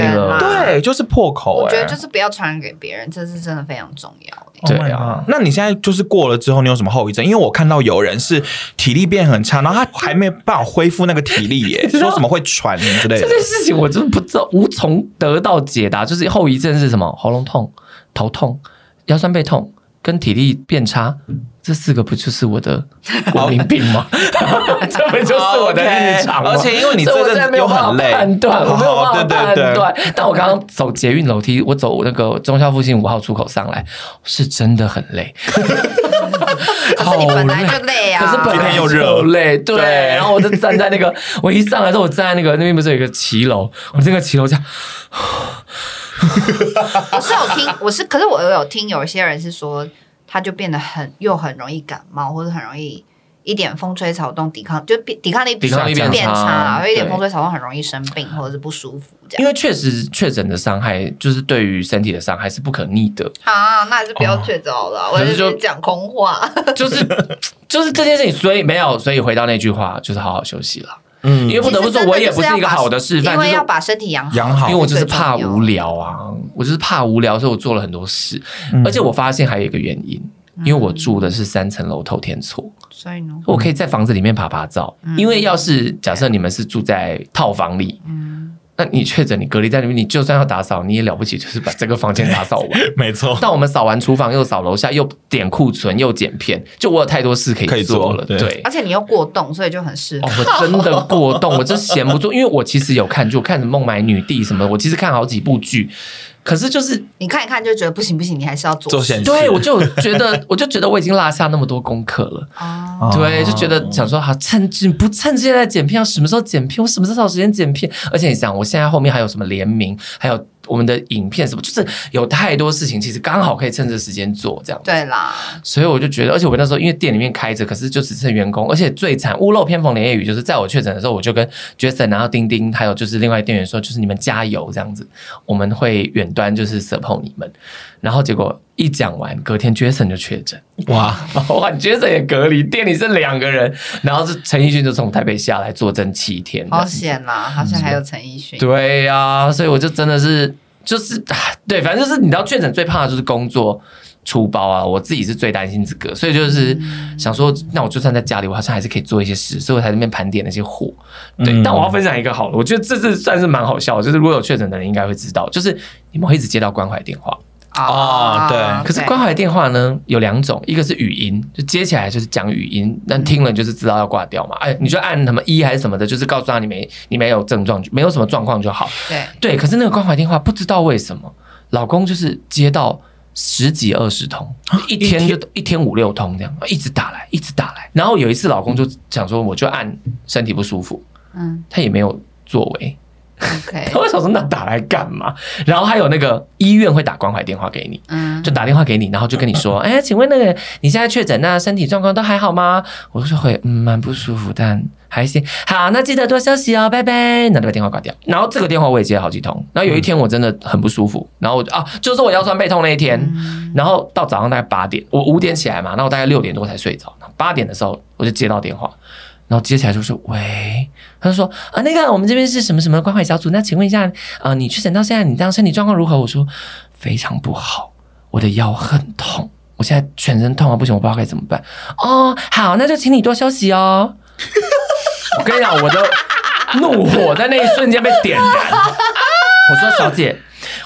S4: 给别人
S3: 过分了
S4: 嘛
S1: 对，就是破口、
S4: 我
S1: 哎，
S4: 觉得就是不要传染给别人，这是真的非常重要欸。
S3: 对
S1: Oh my
S3: 啊
S1: god，那你现在就是过了之后，你有什么后遗症？因为我看到有人是体力变很差，然后他还没办法恢复那个体力 耶，说什么会喘之类的
S3: 这。件事情我真的不知道，无从得到解答。就是后遗症是什么？喉咙痛、头痛、腰酸背痛，跟体力变差，这四个不就是我 的文明病吗？ 这不就是我的日常吗？
S1: 而且因为你
S3: 所以
S1: 这
S3: 我
S1: 阵
S3: 真的
S1: 子
S3: 没
S1: 又
S3: 有办法
S1: 很累，
S3: 判断，我没有办法判
S1: 对对对
S3: 断。但我刚刚走捷运楼梯，我走那个中校复兴五号出口上来，是真的很累。
S4: 可是你本来就累啊，
S3: 可是本
S1: 今
S3: 来
S1: 天又
S3: 就
S1: 热
S3: 累，对。
S1: 对
S3: 然后我就站在那 个，我一上来之后，我站在那个那边不是有一个骑楼，
S1: 嗯
S3: 我这个骑楼这样，
S4: 我是有听，我是，可是我有听有一些人是说，他就变得很又很容易感冒，或者很容易一点风吹草动抵抗，就变抵抗力
S3: 抵抗力
S4: 变
S3: 变
S4: 差
S3: 差
S4: 啦，有一点
S3: 对
S4: 风吹草动很容易生病或者是不舒服这
S3: 因
S4: 样。
S3: 为确实确诊的伤害就是对于身体的伤害是不可逆的，
S4: 啊，那还是不要确诊好了，我
S3: 哦可
S4: 在
S3: 是
S4: 这
S3: 就
S4: 边讲空 话。
S3: 就是 就是这件事情，所以没有，所以回到那句话，就是好好休息了。
S1: 嗯
S3: 因为不得不说，我也不是一个好的示
S4: 因
S3: 范，就
S4: 为
S3: 是
S4: 要把身体养好。
S1: 养好
S3: 因为我就是怕
S4: 最重要
S3: 无聊啊，我就是怕无聊，所以我做了很多事，
S1: 嗯
S3: 而且我发现还有一个原因。因为我住的是三层楼透天厝，
S4: 所以呢，
S3: 我可以在房子里面爬爬照。因为要是假设你们是住在套房里，那你确诊你隔离在里面，你就算要打扫，你也了不起，就是把这个房间打扫完。
S1: 没错，
S3: 但我们扫完厨房，又扫楼下，又点库存，又剪片，就我有太多事可
S1: 可以
S3: 以
S1: 做
S3: 做了。
S1: 对
S3: 对
S4: 而，且你又过动，所以就很适合
S3: 哦，。我真的过动，我真闲不住，因为我其实有看，就看什么《孟买女帝》什么，我其实看好几部剧，可是就是
S4: 你看一看就觉得不行不行，你还是要做
S1: 做显示
S3: 对我就觉得，我就觉得我已经落下那么多功课了。
S4: 啊。
S1: 哦
S3: 对，就觉得想说，好趁你不趁现在剪片，要什么时候剪片？我什么时候找时间剪片？而且你想，我现在后面还有什么联名，还有我们的影片什么，就是有太多事情，其实刚好可以趁这时间做这样。
S4: 对啦，
S3: 所以我就觉得，而且我那时候因为店里面开着，可是就只剩员工，而且最惨屋漏偏逢连夜雨，就是在我确诊的时候，我就跟 Jason，然后丁丁，还有就是另外店员说，就是你们加油这样子，我们会远端就是 support 你们。然后结果一讲完，隔天 Jason 就确诊，
S1: 哇，
S3: 然后 Jason 也隔离，店里剩两个人，然后是陈奕迅就从台北下来坐镇七天，
S4: 好险啦，好像还有陈奕迅。
S3: 嗯对呀、所以我就真的是就是啊对，反正就是你知道确诊最怕的就是工作出包啊，我自己是最担心这个，所以就是想说，那我就算在家里，我好像还是可以做一些事，所以我才在那边盘点那些货。对，
S1: 嗯
S3: 但我要分享一个好了，我觉得这次算是蛮好笑的，就是如果有确诊的人应该会知道，就是你们会一直接到关怀电话，
S1: 哦对
S3: 啊可是关怀电话呢有两种，一个是语音，就接起来就是讲语音，那听了就是知道要挂掉嘛，哎，你就按什么一还是什么的，就是告诉他你没你没有症状，没有什么状况就好。
S4: 对
S3: 对，可是那个关怀电话不知道为什么，老公就是接到十几二十通，一天就啊一天五六通这样，一直打来，一直打来。然后有一次，老公就想说，我就按身体不舒服，
S4: 嗯
S3: 他也没有作为。
S4: ，OK，
S3: 我想说，那打来干嘛？然后还有那个医院会打关怀电话给你。
S4: 嗯，
S3: 就打电话给你，然后就跟你说，哎，请问那个你现在确诊，那身体状况都还好吗？我就说会，嗯，蛮不舒服，但还行。好，那记得多休息哦，拜拜。那就把电话挂掉。然后这个电话我也接了好几通。然后有一天我真的很不舒服，然后我就啊，就是我腰酸背痛那一天，然后到早上大概八点，我五点起来嘛，那我大概六点多才睡着，八点的时候我就接到电话。然后接起来就说：“喂。”他就说：“啊，那个我们这边是什么什么关怀小组？那请问一下，啊，你确诊到现在，你这样身体状况如何？”我说：“非常不好。”我的腰很痛，我现在全身痛啊，不行，我不知道该怎么办。哦，好，那就请你多休息哦。 我跟你讲，我的怒火在那一瞬间被点燃。我说，小姐，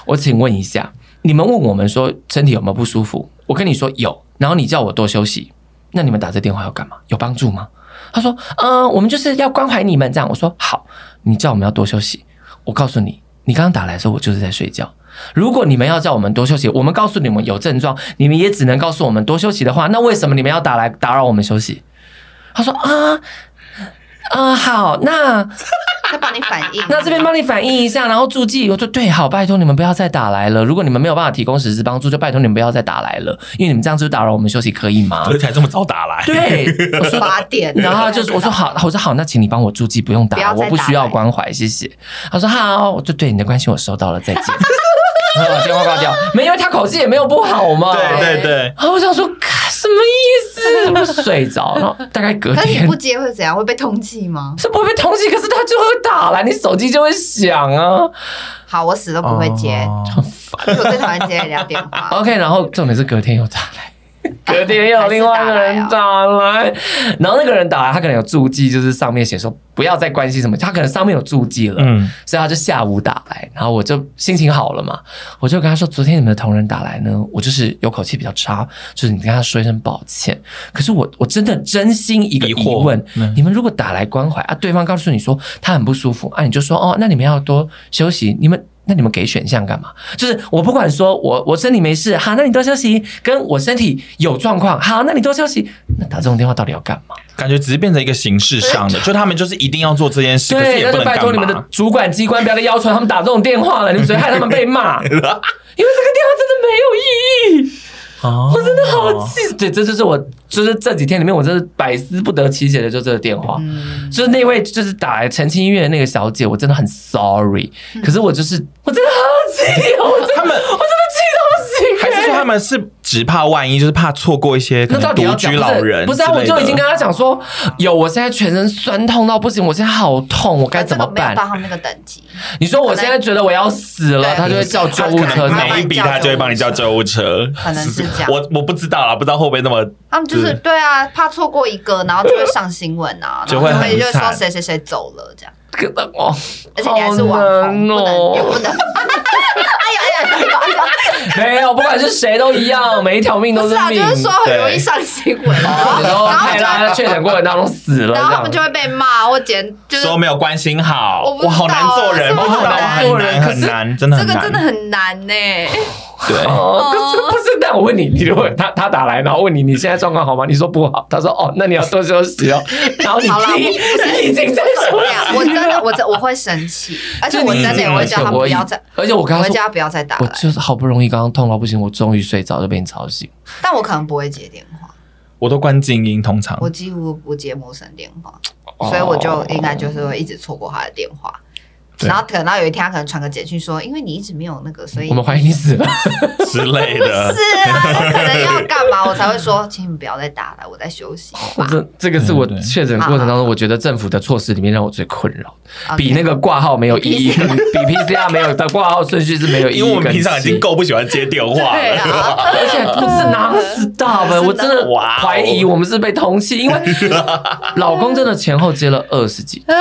S3: 我请问一下，你们问我们说身体有没有不舒服？我跟你说有，然后你叫我多休息，那你们打这电话要干嘛？有帮助吗？他说，嗯、我们就是要关怀你们这样。我说好，你叫我们要多休息。我告诉你，你刚刚打来的时候，我就是在睡觉。如果你们要叫我们多休息，我们告诉你们有症状，你们也只能告诉我们多休息的话，那为什么你们要打来打扰我们休息？他说啊啊、好，那
S4: 他帮你反应。
S3: 那这边帮你反映一下，然后注记，我说对，好，拜托你们不要再打来了。如果你们没有办法提供实质帮助，就拜托你们不要再打来了，因为你们这样就打扰我们休息，可以吗
S1: 而？且还这么早打来，
S3: 对，啊我说
S4: 八点，
S3: 然后他就是我说好，我说好，那请你帮我注记，不用打，
S4: 不要再
S3: 我不需
S4: 打
S3: 要
S4: 了
S3: 关怀，谢谢。他说好，我就对你的关心我收到了，再见。 然后把电话挂掉，没有，他口气也没有不好嘛。
S1: 对对对，
S3: 然后我想说，看什么意思？我睡着，然后大概隔
S4: 可是你
S3: 天
S4: 不接会怎样？会被通缉吗？
S3: 是不会被通缉，可是他就会打来，你手机就会响啊。
S4: 好，我死都不会接，
S1: 哦
S4: 因为我最讨厌接人家电话。
S3: OK，然后重点是隔天又打来， 隔天又有另外一个人打
S4: 哦
S3: 来，然后那个人打来，他可能有注记，就是上面写说不要再关心什么，他可能上面有注记了，
S1: 嗯，
S3: 所以他就下午打来，然后我就心情好了嘛，我就跟他说，昨天你们的同仁打来呢，我就是有口气比较差，就是你跟他说一声抱歉。可是我我真的真心一个
S1: 疑
S3: 疑
S1: 惑
S3: 问，
S1: 嗯
S3: 你们如果打来关怀啊，对方告诉你说他很不舒服啊，你就说哦，那你们要多休息，你们。那你们给选项干嘛？就是我不管说我我身体没事，好，那你多休息；跟我身体有状况，好，那你多休息。那打这种电话到底要干嘛？
S1: 感觉只是变成一个形式上的，就他们就是一定要做这件事，可是
S3: 对，
S1: 也
S3: 那
S1: 不
S3: 就
S1: 能
S3: 拜
S1: 干
S3: 托你们的
S1: 嘛。
S3: 主管机关不要再要求他们打这种电话了，你们只会害他们被骂。因为这个电 话真的没有意义，
S1: 哦
S3: 我真的好气。对，这就是我，就是这几天里面，我真是百思不得其解的，就这个电话。
S4: 嗯，
S3: 就是那位就是打来澄清医院的那个小姐，我真的很 sorry，可是我就是我真的好气哦，我真的
S1: 他们
S3: 我真的气到不行、欸
S1: 还是说他们是只怕万一，就是怕错过一些可
S3: 那
S1: 能
S3: 到底
S1: 独
S3: 要讲
S1: 居老人
S3: 不是啊，
S1: 之
S3: 我
S1: 类的
S3: 就已经跟他讲说，有，我现在全身酸痛到不行，我现在好痛，我该怎么
S4: 这个没
S3: 办
S4: 有？到他们那个等级，
S3: 你说我现在觉得我要死了，
S4: 对
S3: 他就会叫救护
S1: 可
S3: 车
S1: 能
S3: 那
S4: 他
S3: 种
S1: 每一笔他就会帮你叫救护车，
S4: 可能是这样
S1: 我我不知道啦，不知道会不会那么
S4: 他们就是
S1: 是
S4: 对啊，怕错过一个，然后就会上新闻啊，
S1: 就
S4: 然后
S1: 会
S4: 就会
S1: 很
S4: 就会说
S1: 惨
S4: 谁谁谁走了这样，
S3: 可能哦，
S4: 而且你还是网红，不
S3: 好难
S4: 能也不
S3: 哦，
S4: 能。 哎呀哎呀，哎呀
S3: 没有，不管是谁都一样，每一条命都
S4: 不是啊，
S3: 命。
S4: 就是说很容易上新闻，然
S1: 哦
S4: 后
S3: 然后
S4: 然后
S3: 泰
S4: 就
S3: 拉在
S4: 会
S3: 确诊过程当中死了，
S4: 然后他们
S3: 这
S4: 就
S3: 样。
S4: 会被骂或检，就是
S1: 说没有关心好，
S4: 我不知道
S1: 好难做人，
S4: 是不
S1: 我
S4: 是
S1: 好难做人，
S3: 可
S1: 很
S3: 是
S1: 难，真的
S4: 这
S1: 很
S4: 个
S1: 难，
S4: 真的很难 呢。
S1: 对。
S3: 哦，可是不是？但我问你，你如果他他打来，然后问你你现在状况好吗？你说不好，他说哦，那你要多休 息哦。然后你
S4: 好啦
S3: 你 你已经在休
S4: 对啊，我
S3: 息
S4: 真的
S3: 了，
S4: 我真我会生 气，而且
S3: 就
S4: 我
S3: 你已
S4: 真的
S3: 经
S4: 也会叫他们不要再，
S3: 而且我
S4: 我
S3: 刚刚
S4: 会叫
S3: 说，
S4: 他不要再打
S3: 我
S4: 来，
S3: 就是好不容易刚刚痛到不行，我终于睡着就被你吵醒。
S4: 但我可能不会接电话，
S1: 我都关静音，通常
S4: 我几乎不接陌生电话，
S3: 哦
S4: 所以我就应该就是会一直错过他的电话。
S1: 对
S4: 然后等到有一天，他可能传个简讯说，因为你一直没有那个，所以
S3: 我们怀疑你死了。
S1: 之类的。
S4: 是啊，我可能要干嘛，我才会说，请你们不要再打了，我在休息
S3: 我
S4: 吧。
S3: 这这个是我
S1: 对对对
S3: 确诊过程当中，我觉得政府的措施里面让我最困扰，比那个挂号没 有意义，跟比 PCR 没有的挂号顺序是没有意义。
S1: 因为我们平常已经，够不喜欢接电话
S4: 对
S1: 了，
S4: 啊，
S3: 而且不是 non-stop，的我 真的
S1: 哇哦
S3: 怀疑我们是被通气，因为老公真的前后接了二十 几通，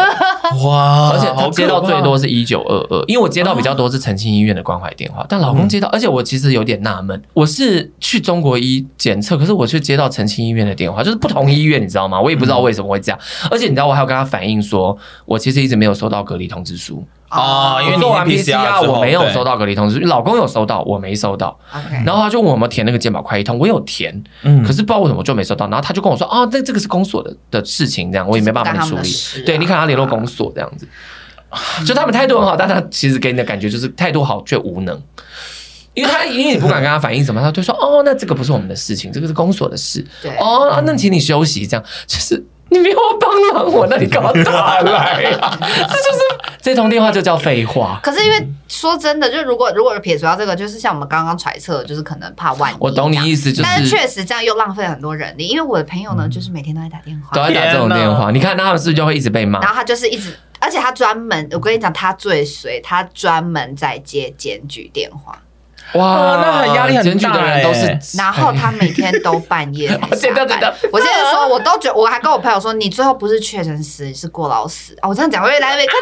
S1: 哇！
S3: 而且他
S1: 好
S3: 接到最多是一九二二，因为我接到比较多是澄清医院的关怀
S1: 哦
S3: 电话，但老公接到，而且我其实有点纳闷，我是去中国医检测，可是我却接到澄清医院的电话，就是不同医院，你知道吗？我也不知道为什么会这样，而且你知道我还有跟他反映说，我其实一直没有收到隔离通知书，
S1: 哦因为
S3: 我
S1: 你
S3: 做完
S1: 是 PCR 之后
S3: 我没有
S1: 对
S3: 收到隔离通知书，老公有收到，我没收到，
S4: OK，
S3: 然后他就问我有没有填那个健保快一通，我有填，
S1: 嗯
S3: 可是不知道为什么就没收到。然后他就跟我说啊，这这个是公所的的事情，这样我也没办法帮你处
S4: 就是不干他们的
S3: 理。
S4: 事啊
S3: 对，你可能要联络公所这样 子。就他们态度很好，但他其实给你的感觉就是态度好却无能，因为他因为你不管跟他反映什么，他就说哦，那这个不是我们的事情，这个是公所的事。
S4: 对
S3: 哦，啊那请你休息，这样就是。你没有帮忙我，那你干嘛打来啊？ 这就是这通电话就叫废话。
S4: 可是因为说真的，就如果如果撇除掉这个，就是像我们刚刚揣测的，就是可能怕万一。
S3: 我懂你意思，
S4: 思
S3: 就
S4: 但
S3: 是
S4: 确实这样又浪费很多人力，因为我的朋友呢，就是每天都在打电话
S3: 都，要打这种电
S1: 天
S3: 话，你看他们是不是就会一直被骂
S4: 然？后他就是一直，而且他专门，我跟你讲，他最随，他专门在接检举电话，
S3: 哇
S1: 哦，那很压力很大
S3: 检举的人都
S1: 欸
S3: 是，
S4: 然后他每天都半 夜才
S3: 现在
S4: 下
S3: 真
S4: 班
S3: 的。
S4: 我现在说，我都觉得，我还跟我朋友说，你最后不是确诊死，是过劳死啊！我这样讲会来没？可他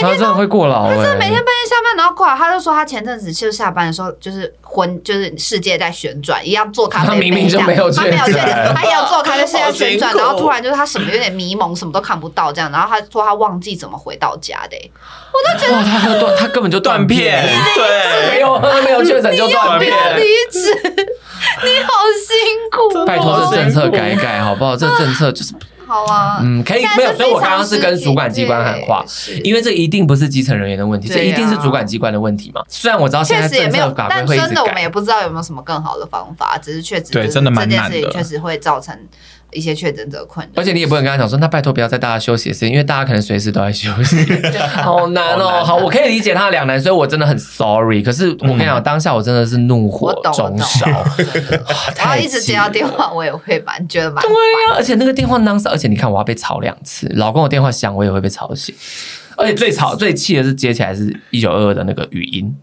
S3: 哎他真的会过劳
S4: 他真
S3: 哎
S4: 的每天半夜下班，然后过来，他就说他前阵子就下班的时候，就是昏，就是世界在旋转，一样做咖啡
S3: 他
S4: 杯这
S3: 明
S4: 样，
S3: 明就没有
S4: 他没有确
S3: 确诊
S4: 诊，他一样做咖啡世界在旋转，
S1: 好辛苦
S4: 然后突然就是他什么有点迷蒙，什么都看不到这样，然后他 说他忘记怎么回到家的、欸
S3: 哇，他喝断，他根本就断
S1: 断片
S3: 片，，
S1: 对，
S3: 没有喝没有确诊就断
S1: 你
S3: 片
S1: 有病。
S4: 离职，你好辛苦、哦，
S3: 拜托，这政策改一改好不好？这政策就是
S4: 好啊。
S3: 嗯，可以
S4: 现在
S3: 没有，
S4: 是
S3: 所以我
S4: 非常
S3: 刚刚是跟
S4: 实际
S3: 主管机关喊话
S4: 对，是
S3: 因为这一定不是基层人员的问题，
S4: 对啊
S3: 这一定是主管机关的问题嘛。虽然我知道现
S4: 确
S3: 在
S4: 实也
S3: 政
S4: 没
S3: 策
S4: 有，
S3: 法规
S4: 但
S3: 会一直
S4: 真的我们
S3: 改
S4: 也，不知道有没有什么更好的方法，只是确实
S1: 对
S4: 就是
S1: 真的蛮
S4: 这件
S1: 难
S4: 事情
S1: 的
S4: 确实会造成一些确诊者困扰。
S3: 而且你也不能跟他讲说，那拜托不要在大家休息的时间，因为大家可能随时都在休息， 好难
S1: 好
S3: 哦。
S1: 难
S3: 好，我可以理解他的两难，所以我真的很 sorry。可是我跟你讲，当下我真的是怒火
S4: 我懂我
S3: 中
S4: 懂
S3: 烧，
S4: 然后
S3: 太
S4: 一直接
S3: 气
S4: 到
S3: 了
S4: 电话，我也会蛮觉得蛮
S3: 对呀、而且那个电话 n o n 而且你看我要被吵两次，老公的电话响我也会被吵醒，而且最吵最气的是接起来是一九二二的那个语音，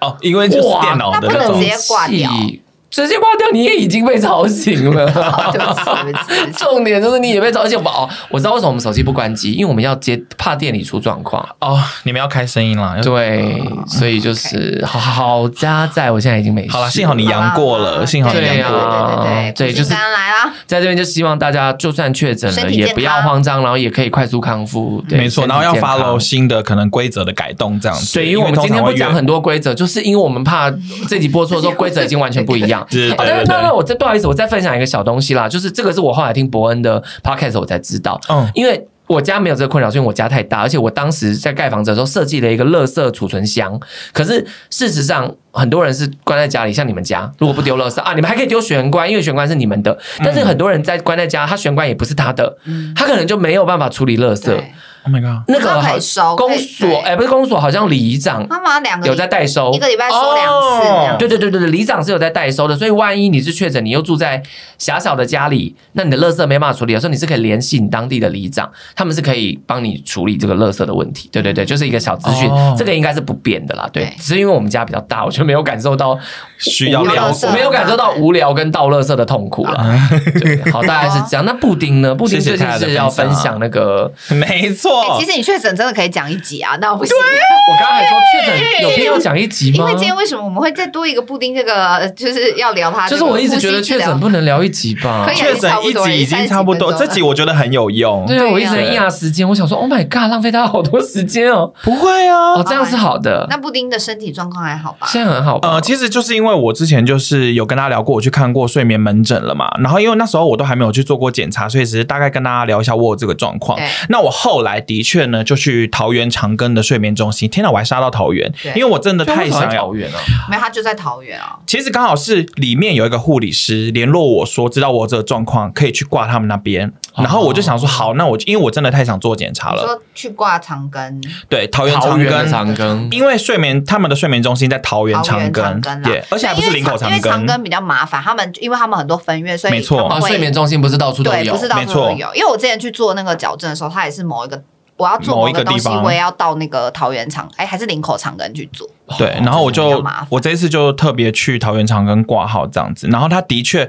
S1: 哦，因为就是电脑
S4: 那
S1: 的
S4: 不能
S1: 种
S4: 直接挂掉
S3: 气，直接挂掉你也已经被吵醒 了。
S4: 对不起，对不起，对不起。
S3: 重点就是你也被吵，而且我哦，我知道为什么我们手机不关机，因为我们要接，怕店里出状况。
S1: 哦，你们要开声音
S4: 嗯
S1: 啦。要
S3: 对，所以就是好好加在，我现在已经没事
S1: 好了，幸好你阳
S4: 好
S1: 过了，
S4: 啦
S1: 幸好你
S4: 对
S3: 对
S1: 阳
S3: 啊
S1: 过了。
S4: 对对对
S3: 对就是
S4: 当然来啊啦，
S3: 在这边就希望大家就算确诊
S4: 身
S3: 了，
S4: 体健
S3: 也
S4: 康
S3: 不要慌张，然后也可以快速康复。对
S1: 没错，然后要 follow。
S3: 身体健康
S1: 新的可能规则的改动这样子。
S3: 所以，因为我们
S1: 通
S3: 今
S1: 常
S3: 天不
S1: 会
S3: 讲
S1: 越
S3: 很多规则，就是因为我们怕这集播出的时候规则已经完全不 一样。
S1: 对对
S3: 哦但
S1: 对
S3: 是，那
S1: 对
S3: 那我再不好意思，我再分享一个小东西啦，就是这个是我后来听伯恩的 podcast 我才知道，
S1: 嗯
S3: 因为。我家没有这个困扰，是因为我家太大，而且我当时在盖房子的时候设计了一个垃圾储存箱。可是事实上，很多人是关在家里，像你们家，如果不丢垃圾啊，你们还可以丢玄关，因为玄关是你们的。但是
S1: 嗯
S3: 很多人在关在家，他玄关也不是他的，他可能就没有办法处理垃圾。
S4: 对，
S1: Oh my god！
S3: 那个
S4: 他可
S3: 好
S4: 以收
S3: 公
S4: 可以
S3: 所，
S4: 对啊
S3: 哎、不是公所，好像里长
S4: 他们好像两个
S3: 有在代收哦
S4: 一。个礼拜收两次这样
S3: 对对对对对，里长是有在代收的，所以万一你是确诊，你又住在狭小的家里，那你的垃圾没办法处理的时候，你是可以联系你当地的里长，他们是可以帮你处理这个垃圾的问题。对对对，就是一个小资讯，
S1: 哦
S3: 这个应该是不变的啦。对
S4: 对，
S3: 只是因为我们家比较大，我就没有感受到
S1: 需要
S3: 无聊，
S1: 聊
S4: 垃圾
S3: 我没有感受到无聊跟倒垃圾的痛苦了。
S4: 啊
S3: 对，好，大概是这样。那布丁呢？布丁
S1: 谢谢
S3: 最近
S1: 大家的
S3: 是要
S1: 分
S3: 分
S1: 享啊
S3: 享那个。
S1: 没
S4: 哎
S3: 哦
S1: 错
S4: 其，实你确诊真的可以讲一集啊，那我不行。
S3: 我刚刚还说确诊有必要讲一集
S4: 因
S3: 吗
S4: 为？今天为什么我们会再多一个布丁？这个呃就是要聊它这个
S3: 就是
S4: 呼
S3: 我一
S4: 吸治疗，
S3: 直觉得确诊不能聊一集吧
S4: 可。以啊
S1: 确诊一集已经差不多，
S4: 30分钟
S1: 这
S4: 了
S1: 集我觉得很有用。
S3: 对啊，我一直在
S1: 对
S3: 抑压时间，我想说，Oh my god，浪费大家好多时间哦。
S1: 不会啊
S3: 哦，，这样是 好的，
S4: 那布丁的身体状况还好吧？
S3: 现在很好吧。
S1: 呃，其实就是因为我之前就是有跟大家聊过，我去看过睡眠门诊了嘛。然后因为那时候我都还没有去做过检查，所以只是大概跟大家聊一下我有这个状况
S4: 对。
S1: 那我后来的确呢，就去桃园长庚的睡眠中心。天哪，我还杀到桃园
S4: 对，
S1: 因为我真的
S3: 所以为
S1: 太
S3: 什么
S1: 想
S3: 在
S1: 要
S3: 桃。园啊，
S4: 没有，他就在桃园啊。
S1: 其实刚好是里面有一个护理师联络我说，知道我有这个状况，可以去挂他们那边。然后我就想说，好，那我就因为我真的太想做检查
S4: 你
S1: 了。
S4: 说去挂长庚，
S1: 对，桃园
S3: 桃
S1: 长
S3: 园的
S1: 庚，
S3: 长庚。
S1: 因为睡眠他们的睡眠中心在桃园
S4: 桃
S1: 长
S4: 园
S1: 庚
S4: 长庚啦，
S1: 对，而且还不是
S4: 因为
S1: 林口
S4: 长
S1: 长
S4: 因为长
S1: 庚，
S4: 庚比较麻烦，他们因为他们很多分院，所以
S1: 没错
S4: 他
S3: 啊，
S4: 们会
S3: 睡眠中心不是到处都
S4: 对，
S3: 有
S4: 不，是到
S1: 没
S4: 处
S1: 错
S4: 都有。因为我之前去做那个矫正的时候，他也是某一个。我要做
S1: 某
S4: 某
S1: 一个
S4: 个东
S1: 地
S4: 西，
S1: 方
S4: 我也要到那个桃园长，哎，还是林口长庚去做。
S1: 对。然后我
S4: 真的比
S1: 就
S4: 较麻烦
S1: 哦我这一次就特别去桃园长庚挂号这样子。然后他的确，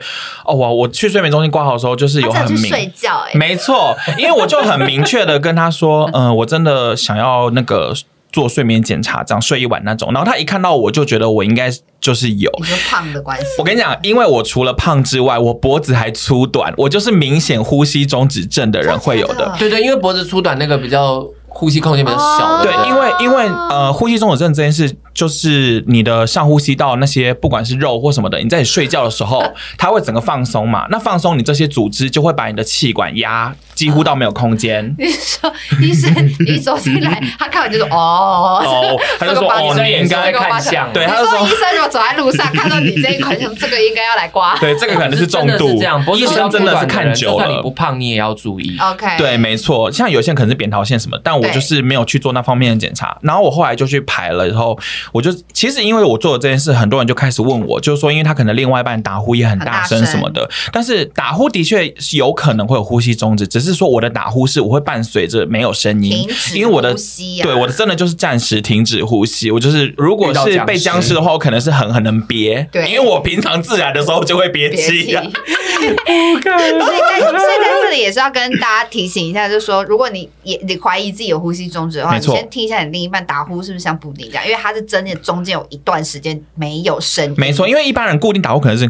S1: 哦，我我去睡眠中心挂号的时候，就是
S4: 他
S1: 有
S4: 真的
S1: 很
S4: 去
S1: 明
S4: 睡觉，哎，
S1: 没错，因为我就很明确的跟他 说，嗯、我真的想要那个做睡眠检查，这样睡一晚那种。然后他一看到我就觉得我应该就是有。
S4: 你说胖的关系。
S1: 我跟你讲，因为我除了胖之外，我脖子还粗短，我就是明显呼吸中止症的人会有
S4: 真的假
S1: 的
S4: 的。
S3: 对对，因为脖子粗短那个比较呼吸空间比较小，
S4: 哦
S1: 对
S3: 不，
S1: 因为因为呃，呼吸中止症这件事，就是你的上呼吸道那些不管是肉或什么的，你在你睡觉的时候，它会整个放松嘛。那放松，你这些组织就会把你的气管压几乎到没有空间。
S4: 你说医生一走进来，他看完就说哦。
S1: 哦，他就
S4: 这个
S1: 说
S4: 八
S1: 哦，
S4: 十
S1: 你
S4: 岁
S1: 应该
S4: 这个八
S3: 看
S4: 十
S3: 相，
S1: 对
S4: 你
S1: 他就
S4: 说
S1: 说
S4: 医生如果走在路上看到你这一款，想这个应该要来 刮。
S1: 对，这个可能是重
S3: 真的
S1: 度
S3: 是这样，脖
S1: 医
S3: 子
S1: 生真
S3: 粗
S1: 的是
S3: 短
S1: 看
S3: 人
S1: 久
S3: 就算你
S1: 了
S3: 不。胖，你也要注意。哦
S4: OK，
S1: 对，没错，像有些人可能是扁桃腺什么，但我
S4: 对
S1: 就是没有去做那方面的检查。然后我后来就去排了，然后我就其实因为我做了这件事，很多人就开始问我，就是说，因为他可能另外一半打呼也很大声
S4: 很大声
S1: 什么的，但是打呼的确是有可能会有呼吸终止，只是说我的打呼是我会伴随着没有声音
S4: 停，止
S1: 因为我的
S4: 呼吸啊
S1: 对我的真的就是暂时停止呼吸。我就是如果
S3: 遇到
S1: 是
S3: 僵
S1: 被
S3: 尸
S1: 僵尸的话，我可能是很很能憋，
S4: 对
S1: 因为我平常自然的时候就会憋
S4: 别
S1: 气
S4: 气
S1: 啊。。
S4: 所以 在所以在这里也是要跟大家提醒一下，就是说，如果你也你怀疑自己有呼吸终止的话，
S1: 没
S4: 你
S1: 错
S4: 先听一下你另一半打呼是不是像布丁这样，因为他是真的中间有一段时间没有声音，
S1: 没错，因为一般人固定打呼可能是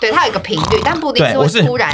S4: 对，它有一个频率，但布丁
S1: 对
S4: 是
S1: 我
S4: 会
S1: 是
S4: 突然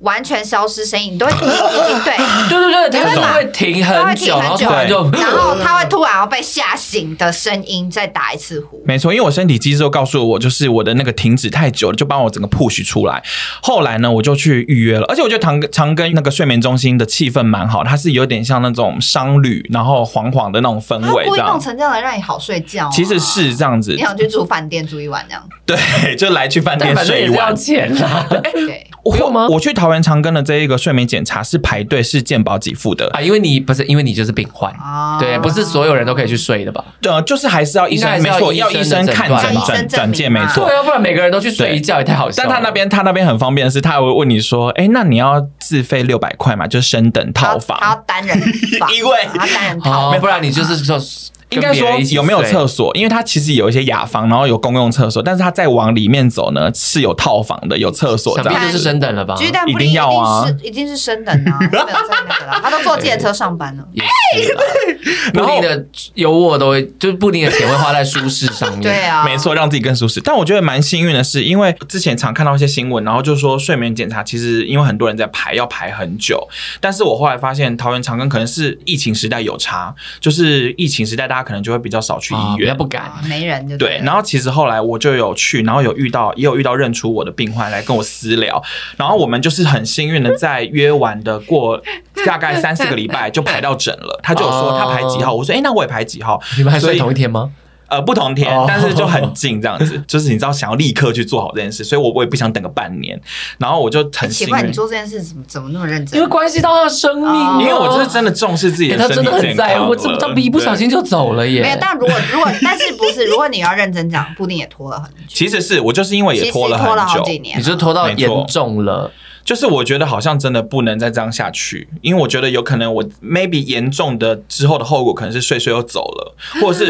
S4: 完全消失声音，你都会听一听，对，
S3: 对对对，
S4: 没办
S3: 它
S4: 法
S3: 就会停很久，
S4: 它
S3: 然后
S4: 会
S3: 突
S4: 停
S3: 然
S4: 很
S3: 就，
S4: 然后他会突然要被吓醒的声音再打一次呼。
S1: 没错，因为我身体机制都告诉我，就是我的那个停止太久了，就帮我整个 push 出来。后来呢，我就去预约了，而且我觉得长长庚那个睡眠中心的气氛蛮好，它是有点像那种商旅，然后黄黄的那种氛
S4: 他
S1: 围
S3: 啊
S4: 故
S1: 这
S4: 意弄
S1: 样。
S4: 成这样来让你好睡觉、啊
S1: 其实是这样子
S4: 你，想去住饭店住一晚这样，
S1: 对，就来去饭
S3: 但
S1: 店
S3: 反正
S1: 睡
S3: 也
S1: 一
S3: 是要
S1: 晚。
S3: 钱啦。
S4: 对，
S3: 不用吗
S1: 我去桃园长庚的这一个睡眠检查是排队是健保给付的，
S3: 啊，因为你不是因为你就是病患，
S4: 啊
S3: 对，不是所有人都可以去睡的吧？
S1: 呃，就是还是要医生
S3: 应该还是
S1: 没
S3: 要
S1: 错，
S3: 医
S1: 要
S3: 生
S1: 医生
S3: 的诊
S1: 看
S3: 断
S1: 诊
S3: 吧
S4: 要医
S1: 诊
S4: 生
S1: 诊
S4: 证
S1: 见
S4: 明
S1: 没
S4: 嘛
S1: 错
S3: 对。啊，不然每个人都去睡一觉也太好笑
S1: 但
S3: 了。
S1: 他那边他那边很方便的是，他还会问你说，哎、那你要自费六百块嘛，就是升等
S4: 他
S1: 套房。
S4: 他要单人房，
S1: 因为
S4: 他单人套
S3: 哦，
S4: 房，
S3: 不然你就是说
S1: 应该说有没有厕所？因为它其实有一些雅房，然后有公用厕所，但是它再往里面走呢，是有套房的，有厕所
S3: 想
S1: 的
S3: 必
S4: 样。
S3: 就是升等了吧？
S4: 鸡蛋
S1: 一
S4: 布
S1: 定
S4: 丁一定
S1: 要啊
S4: 是一定是升等 啊，没有在那个啦，他都坐计程车上班了。
S3: 也是啦，
S1: 然
S3: 布
S1: 后
S3: 丁的优渥都会，就是布丁的钱会花在舒适上面。
S4: 对啊，
S1: 没错，让自己更舒适。但我觉得蛮幸运的是，因为之前常看到一些新闻，然后就说睡眠检查其实因为很多人在排，要排很久。但是我后来发现，桃园长庚可能是疫情时代有差，就是疫情时代大家可能就会比较少去医
S3: 啊，比
S1: 院，
S3: 较不敢。
S4: 啊，没人就
S1: 对，
S4: 了
S1: 然后其实后来我就有去，然后有遇到，也有遇到认出我的病患来跟我私聊，然后我们就是很幸运的在约完的 过大概三四个礼拜就排到诊了，他就有说
S3: 哦
S1: 他排几号，我说哎、诶那我也排几号，
S3: 你们还睡
S1: 所以
S3: 同一天吗？
S1: 呃不同天
S3: 哦，
S1: 但是就很近这样子，就是你知道想要立刻去做好这件事，所以我我也不想等个半年，然后我就
S4: 哎
S1: 很
S4: 奇
S1: 幸
S4: 怪，
S1: 运
S4: 你，做这件事怎么怎么那么认真？
S3: 因为关系到他的生命啊，
S4: 哦
S1: 因为我就是真的重视自己
S3: 欸
S1: 的
S3: 他
S1: 身
S3: 真
S1: 体
S3: 的很
S1: 健康
S3: 在
S1: 了，
S3: 乎，这他一不小心就走了
S4: 没有
S3: 耶，。
S4: 但如果如果但是不是，如果你要认真讲，布丁也拖了很久，
S1: 其实是我就是因为
S4: 其
S1: 也
S4: 实
S1: 拖了很
S4: 拖了好
S1: 久，
S4: 几年啊
S3: 你
S4: 了，
S3: 就拖到
S1: 没错
S3: 严重了，
S1: 就是我觉得好像真的不能再这样下去，因为我觉得有可能我 maybe 严重的之后的后果可能是睡睡又走了，或者是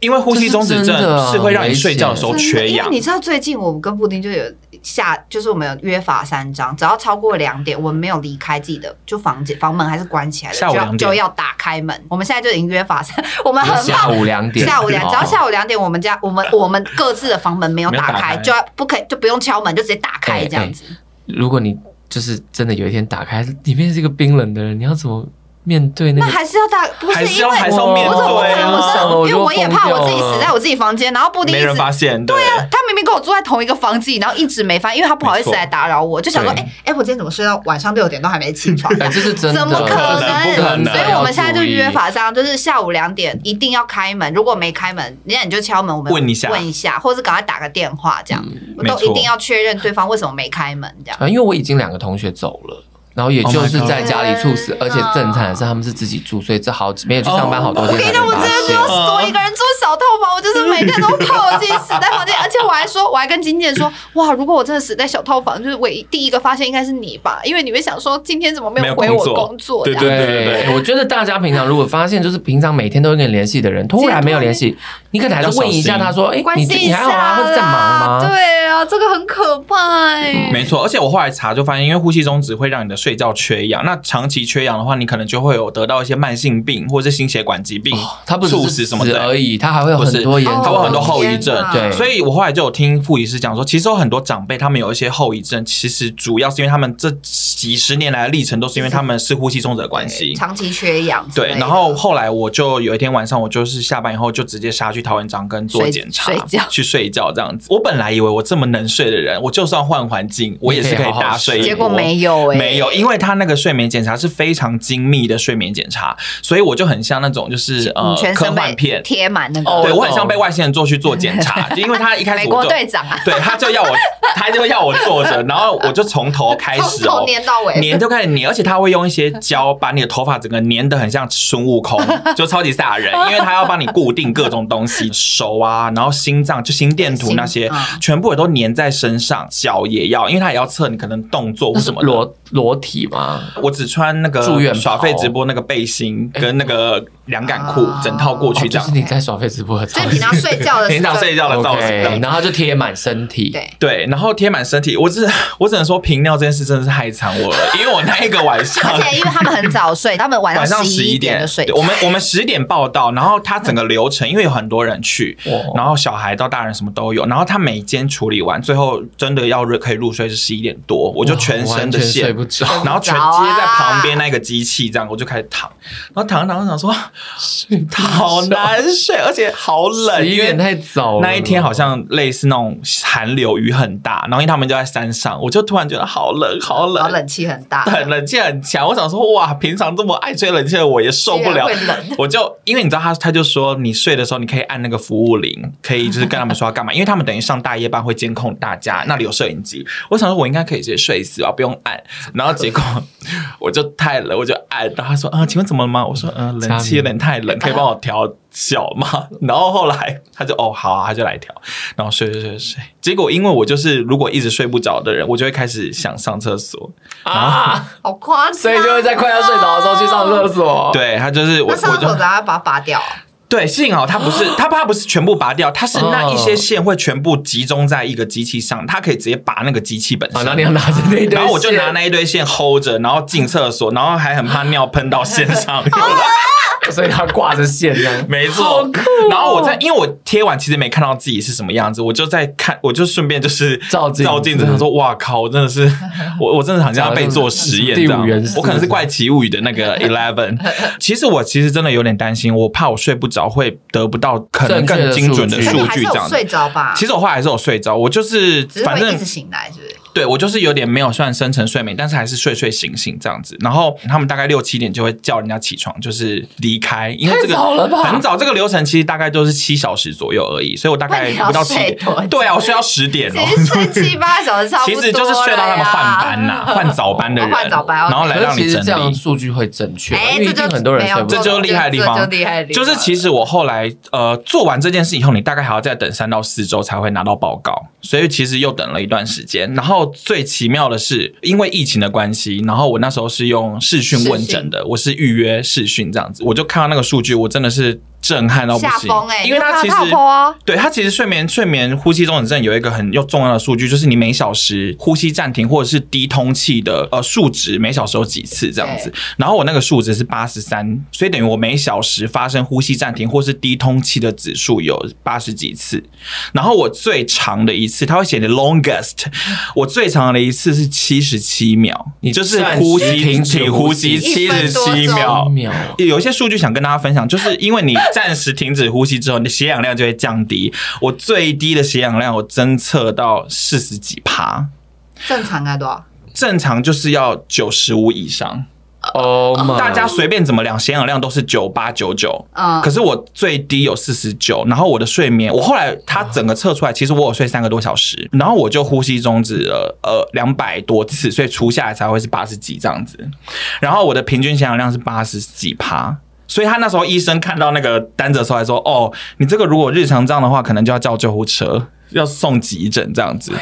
S1: 因为呼吸中止
S3: 这是真的
S1: 症
S3: 啊
S1: 是会让你睡觉的时候
S4: 真的
S1: 缺
S4: 因为
S1: 氧。
S4: 你知道最近我跟布丁就有下，就是我们有约法三章，只要超过两点，我们没有离开自己的就房间房门还是关起来的，
S1: 下午
S4: 就
S1: 两
S4: 要
S1: 点
S4: 就要打开门。我们现在就已经约法三，我 们很怕
S3: 下午两点，
S4: 下午两，只要
S3: 午
S4: 下午两点，我们家我们我们各自的房门没有
S1: 没有
S4: 打
S1: 打
S4: 开，
S1: 开
S4: 就要不可以就不用敲门，就直接打
S3: 哎
S4: 开这样子。
S3: 如果你就是真的有一天打开，里面是一个冰冷的人，你要怎么面对那
S4: 那
S3: 个？
S4: 还是要打，不
S1: 还
S4: 是
S1: 是
S4: 因
S1: 要
S4: 为
S1: 还是要面
S4: 不是我
S1: 对
S4: 可能我
S1: 啊，
S3: 想了
S4: 真
S3: 我
S4: 的，因为
S3: 就
S4: 我也怕
S3: 疯掉
S4: 我自己死在
S3: 了
S4: 我自己房间，然后布丁
S1: 没
S4: 一
S1: 人
S4: 直
S1: 发现，对
S4: 对啊，他明明跟我住在同一个房子里，然后一直没翻，因为他不好意思
S1: 没错
S4: 来打扰我，就想说，哎
S3: 对
S4: 哎、诶我今天怎么睡到晚上六点都还没起 床？
S3: 哎，这是真的，
S4: 怎么可
S1: 能不可能
S3: 啊
S4: 所以我们现在就约
S3: 法。
S4: 法上，就是下午两点一定要开门，如果没开门，人家你就敲门，我们
S1: 问一下
S4: 问一下，或者是赶快打个电话，这样、
S3: 嗯
S4: 我都
S1: 没错
S4: 一定要确认对方为什么没开门，这样。
S3: 啊，因为我已经两个同学走了。然后也
S1: Oh my
S3: 就是
S1: God
S3: 在家里猝死，
S4: 天哪
S3: 而且正惨的是他们是自己住，所以这好没有去上班好多
S4: 我
S3: 哦天
S4: 跟
S3: 才
S4: 你讲，我
S3: 被发
S4: 真的没有
S3: 现。
S4: 我一个人住小套房，我就是每 天都怕我自己死在房间，而且我还说，我还跟经纪人说，哇，如果我真的死在小套房，就是我第一个发现应该是你吧，因为你会想说今天怎么没有回我工作这
S1: 没有工作
S4: 样。
S1: 对对对
S3: 我觉得大家平常如果发现就是平常每天都有点联系的人，突然没有联系，你可能还是问一下他说：“哎，
S4: 关
S3: 你
S4: 心一
S3: 你
S4: 下
S3: 还好吗？或者在忙
S4: 啦，
S3: 吗
S4: 对啊，这个很可怕哎。
S1: 没错，而且我后来查就发现，因为呼吸中止会让你的睡觉缺氧，那长期缺氧的话，你可能就会有得到一些慢性病或者是心血管疾病？”，
S3: 哦他不只
S1: 猝
S3: 是
S1: 死
S3: 死
S1: 什么的。
S3: 而已，他还会有
S1: 不是
S3: 很多严重
S1: 他
S3: 的，
S1: 会有很多后遗
S4: 天
S1: 症
S4: 哪，
S3: 对
S1: 所以我后来就有听护理师讲说，其实有很多长辈他们有一些后遗症，其实主要是因为他们这几十年来的历程都是因为他们是呼吸中止的关系。
S4: 长期缺氧之类
S1: 对，
S4: 的。
S1: 然后后来我就有一天晚上，我就是下班以后就直接杀去桃园长庚做
S4: 睡
S1: 检查，
S4: 睡觉
S1: 去睡觉这样子。我本来以为我这么能睡的人，我就算换环境，我也是可以大睡一
S4: 结
S1: 波
S4: 果没有哎，
S1: 没有，因为他那个睡眠检查是非常精密的睡眠检查，所以我就很像那种就是呃
S4: 你全
S1: 科
S4: 身
S1: 幻
S4: 被
S1: 片，
S4: 贴满那个
S3: 哦
S1: 对我很
S3: 懂
S1: 像被外星人做去做检 查，就因为他一开
S4: 美
S1: 始我
S4: 国
S1: 就
S4: 队长啊，
S1: 对他就要我，他就要我坐着，然后我就从头开
S4: 从
S1: 始
S4: 头。
S1: 哦
S4: 粘到尾，
S1: 粘就开始粘，而且他会用一些胶把你的头发整个粘的很像孙悟空，就超级吓人，因为他要帮你固定各种东西，手啊，然后心脏就心电图那些
S4: 心嗯，
S1: 全部也都粘在身上，脚也要，因为他也要测你可能动作或
S3: 那是
S1: 什么的。
S3: 裸裸体吗？
S1: 我只穿那个
S3: 住院袍
S1: 耍废直播那个背心跟那个凉感裤
S4: 啊，
S1: 整套过去这
S3: 哦就
S1: 样
S3: 是。你在耍废直播的
S4: 所
S3: 造
S4: 以
S3: 型，
S4: 平常睡觉的时候
S1: 平常睡觉的造型
S3: OK，然后就贴满身体，
S4: 对
S1: 对，然后贴满身体，我只我只能说平尿这件事真的是害惨我了，因为我那一个晚上
S4: 而且因为他们很早睡，他们晚
S1: 晚上
S4: 十
S1: 十一
S4: 点
S1: 点
S4: 就睡
S1: 对。我们我们十点报到，然后它整个流程，因为有很多人去
S3: 哇，
S1: 然后小孩到大人什么都有，然后他每间处理完，最后真的要入可以入睡是十一点多，我就全身
S3: 完
S1: 的
S3: 全睡
S1: 线
S3: 不着，
S1: 然后全接在旁边那个机器，这样我就开始躺，然后躺着躺着想说啊好难睡，而且好冷，
S3: 十一
S1: 因为
S3: 点太早了。
S1: 那一天好像类似那种寒流，雨很大，然后因为他们就在山上，我就突然觉得好冷，好
S4: 然后
S1: 冷，
S4: 冷气很大，
S1: 很冷气很强。我想说，哇，平常这么爱吹冷气的我也受不了
S4: 居然会冷，
S1: 我就因为你知道他，他就说你睡的时候你可以按那个服务铃，可以就是跟他们说要干嘛，因为他们等于上大夜班会监控大家，那里有摄影机。我想说，我应该可以直接睡死吧，不用按。然后结果我就太冷，我就按，然后他说啊、请问怎么了吗？我说嗯、呃冷气有点太冷，可以帮我调小吗？ 然后后来他就哦好、啊，他就来调，然后睡睡睡睡。结果因为我就是如果一直睡不着的人，我就会开始想上厕所。
S3: 啊，
S4: 好夸张，
S3: 所以就会在快要睡着的时候去上厕。所。，
S1: 对他就是我，
S4: 那上
S1: 我
S4: 厕所
S1: 就
S4: 等下把它拔掉，啊
S1: 对幸好他不是他他不是全部拔掉，他是那一些
S3: 哦
S1: 线会全部集中在一个机器上，他可以直接拔那个机器本
S3: 啊，
S1: 身。
S3: 那你要拿着那一堆，
S1: 然后我就拿，那一堆线 hold 着，然后进厕所，然后还很怕尿喷到线上
S3: 哦
S1: 面。
S3: 所以他挂着线这样。
S1: 没
S3: 好
S1: 错，
S3: 酷哦
S1: 然后我在，因为我贴完其实没看到自己是什么样子，我就在看，我就顺便就是
S3: 照镜子
S1: 照镜子，想说哇靠，我真 的是，我我真的好像被做实验这
S3: 第五元
S1: 样
S3: 素。
S1: 我可能是怪奇物语的 那个 Eleven。其实我其实真的有点担心，我怕我睡不着会得不到可能更精准的
S3: 正确
S4: 但
S3: 的
S1: 数
S4: 你还是
S1: 据这
S4: 有
S1: 样
S4: 睡
S1: 子。
S4: 着吧？
S1: 其实我后来还是有睡着，我就是
S4: 只是
S1: 反
S4: 会
S1: 正哦
S4: 一直醒来，是不是？
S1: 对我就是有点没有算深层睡眠，但是还是睡睡醒醒这样子。然后他们大概六七点就会叫人家起床，就是离开，因为这
S3: 太
S1: 个
S3: 早了吧
S1: 很早，这个流程其实大概都是七小时左右而已，所以我大
S4: 那
S1: 概
S4: 你要
S1: 不到七
S4: 睡
S1: 点
S4: 多久。
S1: 对啊，我睡到十点哦。
S4: 其实睡七八小时差不
S1: 其
S4: 多，
S1: 实就是睡到他们换班呐、。换早班的人，
S4: 哦 换早班
S1: 然后来
S3: 可
S1: 让
S3: 是其
S1: 你
S3: 实这
S1: 整
S3: 样
S1: 理。
S3: 数据会正确，
S4: 哎，
S3: 因为
S4: 这
S3: 一定
S4: 就
S3: 很多人
S4: 没有
S3: 睡不
S1: 这
S3: 着。
S1: 就厉害的地方
S4: 这就厉害的地
S1: 就
S4: 方，
S1: 是其实我后来呃做完这件事以后，你大概还要再等三到四周才会拿到报告，所以其实又等了一段时间。然后最奇妙的是，因为疫情的关系，然后我那时候是用视讯问诊的，我是预约视讯这样子，我就看到那个数据，我真的是震撼哦到不
S4: 下
S1: 行
S4: 风哎，，
S1: 欸因为它
S4: 他
S1: 其实。
S4: 啊，
S1: 对它其实睡眠睡眠呼吸中止症有一个很又重要的数据，就是你每小时呼吸暂停或者是低通气的呃数值，每小时有几次这样子。然后我那个数值是八十三，所以等于我每小时发生呼吸暂停或是低通气的指数有八十几次。然后我最长的一次，它会写的 longest，我最长的一次是七十七秒
S3: 你，
S1: 就是
S3: 暂时
S1: 呼吸
S3: 停止
S1: 止
S3: 呼
S1: 呼
S3: 吸
S1: 吸
S4: 一
S1: 七
S4: 分
S1: 十
S4: 多
S1: 七
S4: 钟
S1: 秒
S3: 一。秒，
S1: 有一些数据想跟大家分享，就是因为你暂时停止呼吸之后，你的血氧量就会降低。我最低的血氧量我侦测到四十几趴，
S4: 正常啊该多少？
S1: 正常就是要九十五以上。
S3: 哦妈！
S1: 大家随便怎么量，血氧量都是九八九九。
S4: 嗯，
S1: 可是我最低有四十九，然后我的睡眠，我后来它整个测出来，其实我有睡三个多小时，然后我就呼吸中止了呃两百多次，所以除下来才会是八十几这样子。然后我的平均血氧量是八十几趴。所以他那时候医生看到那个单子的时候，还说：“哦，你这个如果日常这样的话，可能就要叫救护车，要送急诊这样子。”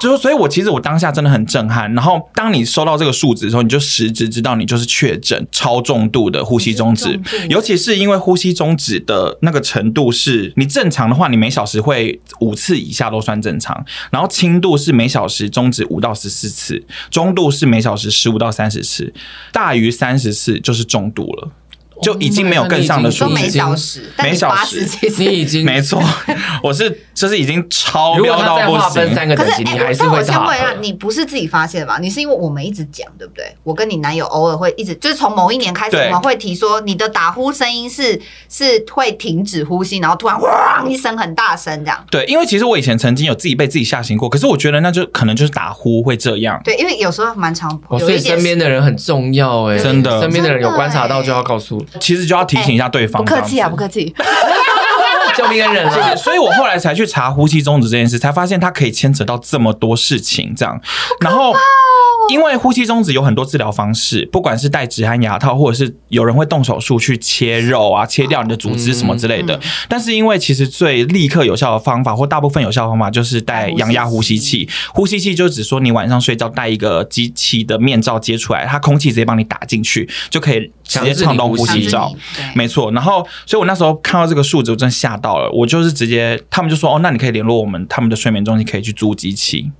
S1: 就是，所以我其实我当下真的很震撼。然后当你收到这个数值的时候，你就实质知道你就是确诊超重度的呼吸中
S4: 你
S1: 止
S4: 是重度，
S1: 尤其是因为呼吸中止的那个程度是，你正常的话，你每小时会五次以下都算正常，然后轻度是每小时终止五到十四次，中度是每小时十五到三十次，大于三十次就是中度了。就已经没有更上的
S4: 哦你说
S1: 数
S4: 每
S1: 值，
S4: 小时，但
S1: 每
S4: 你
S1: 小
S4: 八十
S1: 时
S4: 其实
S3: 你已经
S1: 没错，我是就是已经超
S3: 如果
S1: 标
S3: 他
S1: 到
S3: 再
S1: 不
S3: 划分
S1: 行。
S3: 三个
S4: 可
S3: 等
S4: 是，
S3: 级，
S4: 哎、
S3: 你
S4: 我
S3: 还是
S4: 但
S3: 会
S4: 我先
S3: 打
S4: 问一下，
S3: 的。
S4: 你不是自己发现吧？你是因为我们一直讲，对不对？我跟你男友偶尔会一直，就是从某一年开始，
S1: 对
S4: 我们会提说你的打呼声音是是会停止呼吸，然后突然哇一声很大声这样。
S1: 对，因为其实我以前曾经有自己被自己吓醒过，可是我觉得那就可能就是打呼会这样。
S4: 对，因为有时候蛮常
S3: 哦，
S4: 有
S3: 所以
S4: 一点
S3: 身边的人很重要哎，
S1: 真的
S3: 身边的人有观察到
S4: 真的哎
S3: 就要告诉，
S1: 其实就要提醒一下对方、
S4: 不客气啊，不
S1: 气。
S4: 客气。
S3: 救命恩人
S1: 对
S3: 啊！
S1: 所以我后来才去查呼吸终止这件事，才发现它可以牵扯到这么多事情，这样。然
S4: 哦
S1: 后，因为呼吸终止有很多治疗方式，不管是戴止鼾牙套，或者是有人会动手术去切肉啊，切掉你的组织什么之类的
S4: 嗯。
S1: 但是因为其实最立刻有效的方法，或大部分有效的方法就是戴氧压呼吸器。呼吸器就只说你晚上睡觉戴一个机器的面罩接出来，它空气直接帮你打进去，就可以直接畅通呼
S3: 强制
S1: 吸
S3: 你
S1: 罩。
S4: 没
S1: 没错，然后，所以我那时候看到这个数字，我真的吓到了。我就是直接，他们就说，哦，那你可以联络我们他们的睡眠中心，可以去租机器。
S4: 嗯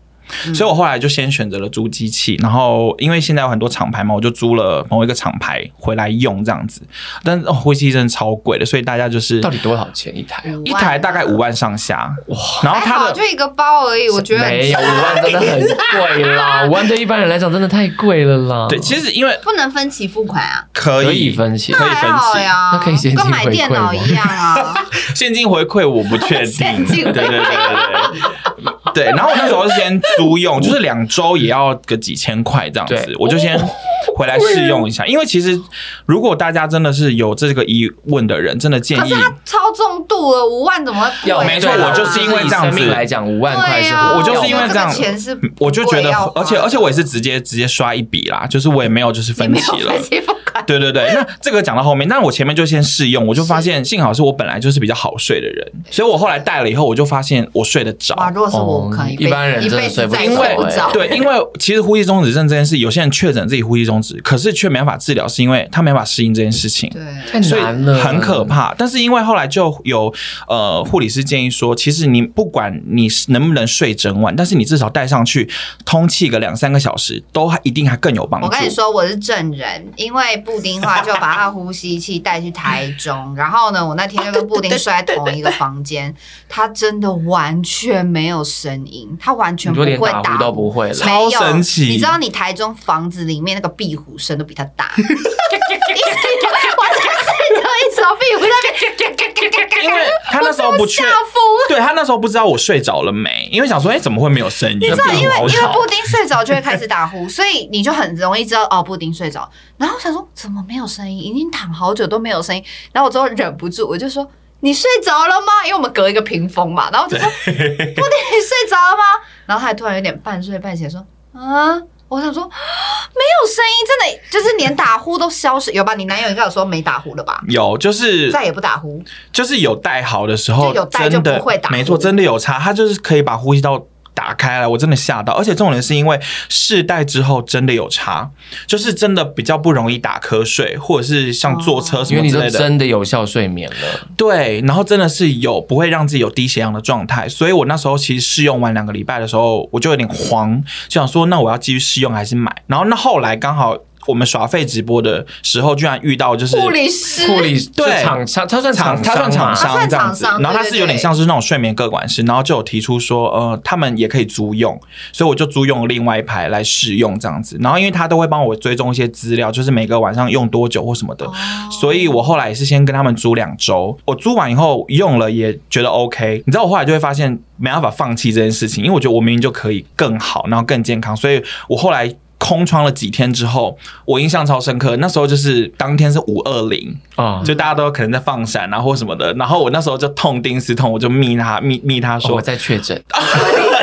S1: 所以我后来就先选择了租机器，然后因为现在有很多厂牌嘛，我就租了某一个厂牌回来用这样子。但是哦，灰机真的超贵的，所以大家就是
S3: 到底多少钱一台啊？
S1: 一台大概五万上下哇，然后
S4: 还
S1: 它
S4: 好
S1: 的
S4: 就一个包而已，我觉得很
S3: 没有五万真的很贵 啦，五万对一般人来讲真的太贵了啦。
S1: 对，其实因为
S4: 不能分期付款啊，
S1: 可以
S3: 可以分期，
S1: 可以分期
S4: 还好呀，
S3: 那可以现金
S4: 跟买
S3: 回馈
S4: 电脑一样啊。
S1: 现金回馈我不确 定，
S4: 现金回馈
S1: 对对对对对。对，然后我那时候是先租用，就是两周也要个几千块这样子
S3: 对，
S1: 我就先回来试用一下。因为其实如果大家真的是有这个疑问的人，真的建
S4: 可
S1: 议
S4: 是它超重度了，五万怎么会贵啊？
S3: 要
S1: 没错我就是因为这样子
S3: 以生命来讲，五万块
S4: 对
S3: 是
S4: 啊，
S1: 我就是因为这样
S4: 个钱是
S1: 我就觉得
S4: 不会要花，
S1: 而且而且我也是直接直接刷一笔啦，就是我也没有就是分
S4: 你
S1: 期
S4: 没有
S1: 了
S4: 分。期付款，
S1: 对对对，那这个讲到后面，那我前面就先试用，我就发现幸好是我本来就是比较好睡的人，所以我后来戴了以后，我就发现我睡得着。
S4: 哇，如果是我，我可能
S3: 哦一般人
S4: 一
S3: 真的
S4: 辈子
S3: 睡不
S4: 再
S3: 着
S4: 也睡不
S3: 欸
S4: 着。
S1: 对，因为其实呼吸中止症这件事，有些人确诊自己呼吸中止，可是却没办法治疗，是因为他没办法适应这件事情。
S4: 对
S3: 太
S1: 所以
S3: 难了，
S1: 很可。怕，但是因为后来就有呃护理师建议说，其实你不管你是能不能睡整晚，但是你至少戴上去通气个两三个小时，都还一定还更有帮助。
S4: 我跟你，说，我是证人，因为布丁话就把他呼吸器带去台中，然后呢，我那天就跟布丁睡在同一个房间，他真的完全没有声音，他完全
S3: 你
S4: 不
S3: 说连
S4: 会
S3: 打呼都不会了，
S4: 没有
S1: 超神奇
S4: 你知道你台中房子里面那个壁虎声都比它大，一直完全是有一首壁虎在，
S1: 因为他那时候不确
S4: 下，风。
S1: 对他那时候不知道我睡着了没，因为想说，哎、怎么会没有声音？你
S4: 你知道，因为
S1: 好
S4: 因为
S1: 吵
S4: 布丁睡着就会开始打呼，所以你就很容易知道哦，布丁睡着。然后我想说，怎么没有声音？已经躺好久都没有声音。然后我之后忍不住，我就说：“你睡着了吗？”因为我们隔一个屏风嘛。然后我就说：“布丁，你睡着了吗？”然后他还突然有点半睡半醒说：“啊。”我想说没有声音，真的就是连打呼都消失，有吧？你男友应该有说没打呼了吧？
S1: 有就是
S4: 再也不打呼，
S1: 就是有戴好的时候，
S4: 就有戴就
S1: 真的
S4: 不会打呼
S1: 没错，真的有差，它就是可以把呼吸道。打开了，我真的吓到，而且重点是因为试戴之后真的有差，就是真的比较不容易打瞌睡，或者是像坐
S4: 哦
S1: 车什
S3: 因为
S1: 么
S3: 你
S1: 之
S3: 都
S1: 类的，
S3: 真的有效睡眠了，
S1: 对，然后真的是有不会让自己有低血氧的状态，所以我那时候其实试用完两个礼拜的时候，我就有点慌，就想说那我要继续试用还是买？然后那后来刚好我们耍废直播的时候，居然遇到就是
S4: 护理师
S3: 护理
S1: 对
S3: 就厂商，他算厂，
S1: 厂他算厂
S3: 嘛
S4: 他啊算
S1: 商这样子
S4: 厂商，
S1: 然后他
S4: 对对
S1: 是有点
S4: 对
S1: 像是那种睡眠各管师，然后就有提出说，呃，他们也可以租用，所以我就租用另外一排来试用这样子。然后因为他都会帮我追踪一些资料，就是每个晚上用多久或什么
S4: 哦
S1: 的，所以我后来也是先跟他们租两周。我租完以后用了也觉得 OK，你知道我后来就会发现没办法放弃这件事情，因为我觉得我明明就可以更好，然后更健康，所以我后来。空窗了几天之后，我印象超深刻。那时候就是当天是五二零，
S3: 啊，
S1: 就大家都可能在放闪啊或什么的，然后我那时候就痛定思痛，我就密他密密他
S3: 哦
S1: 说，
S3: 我在确诊，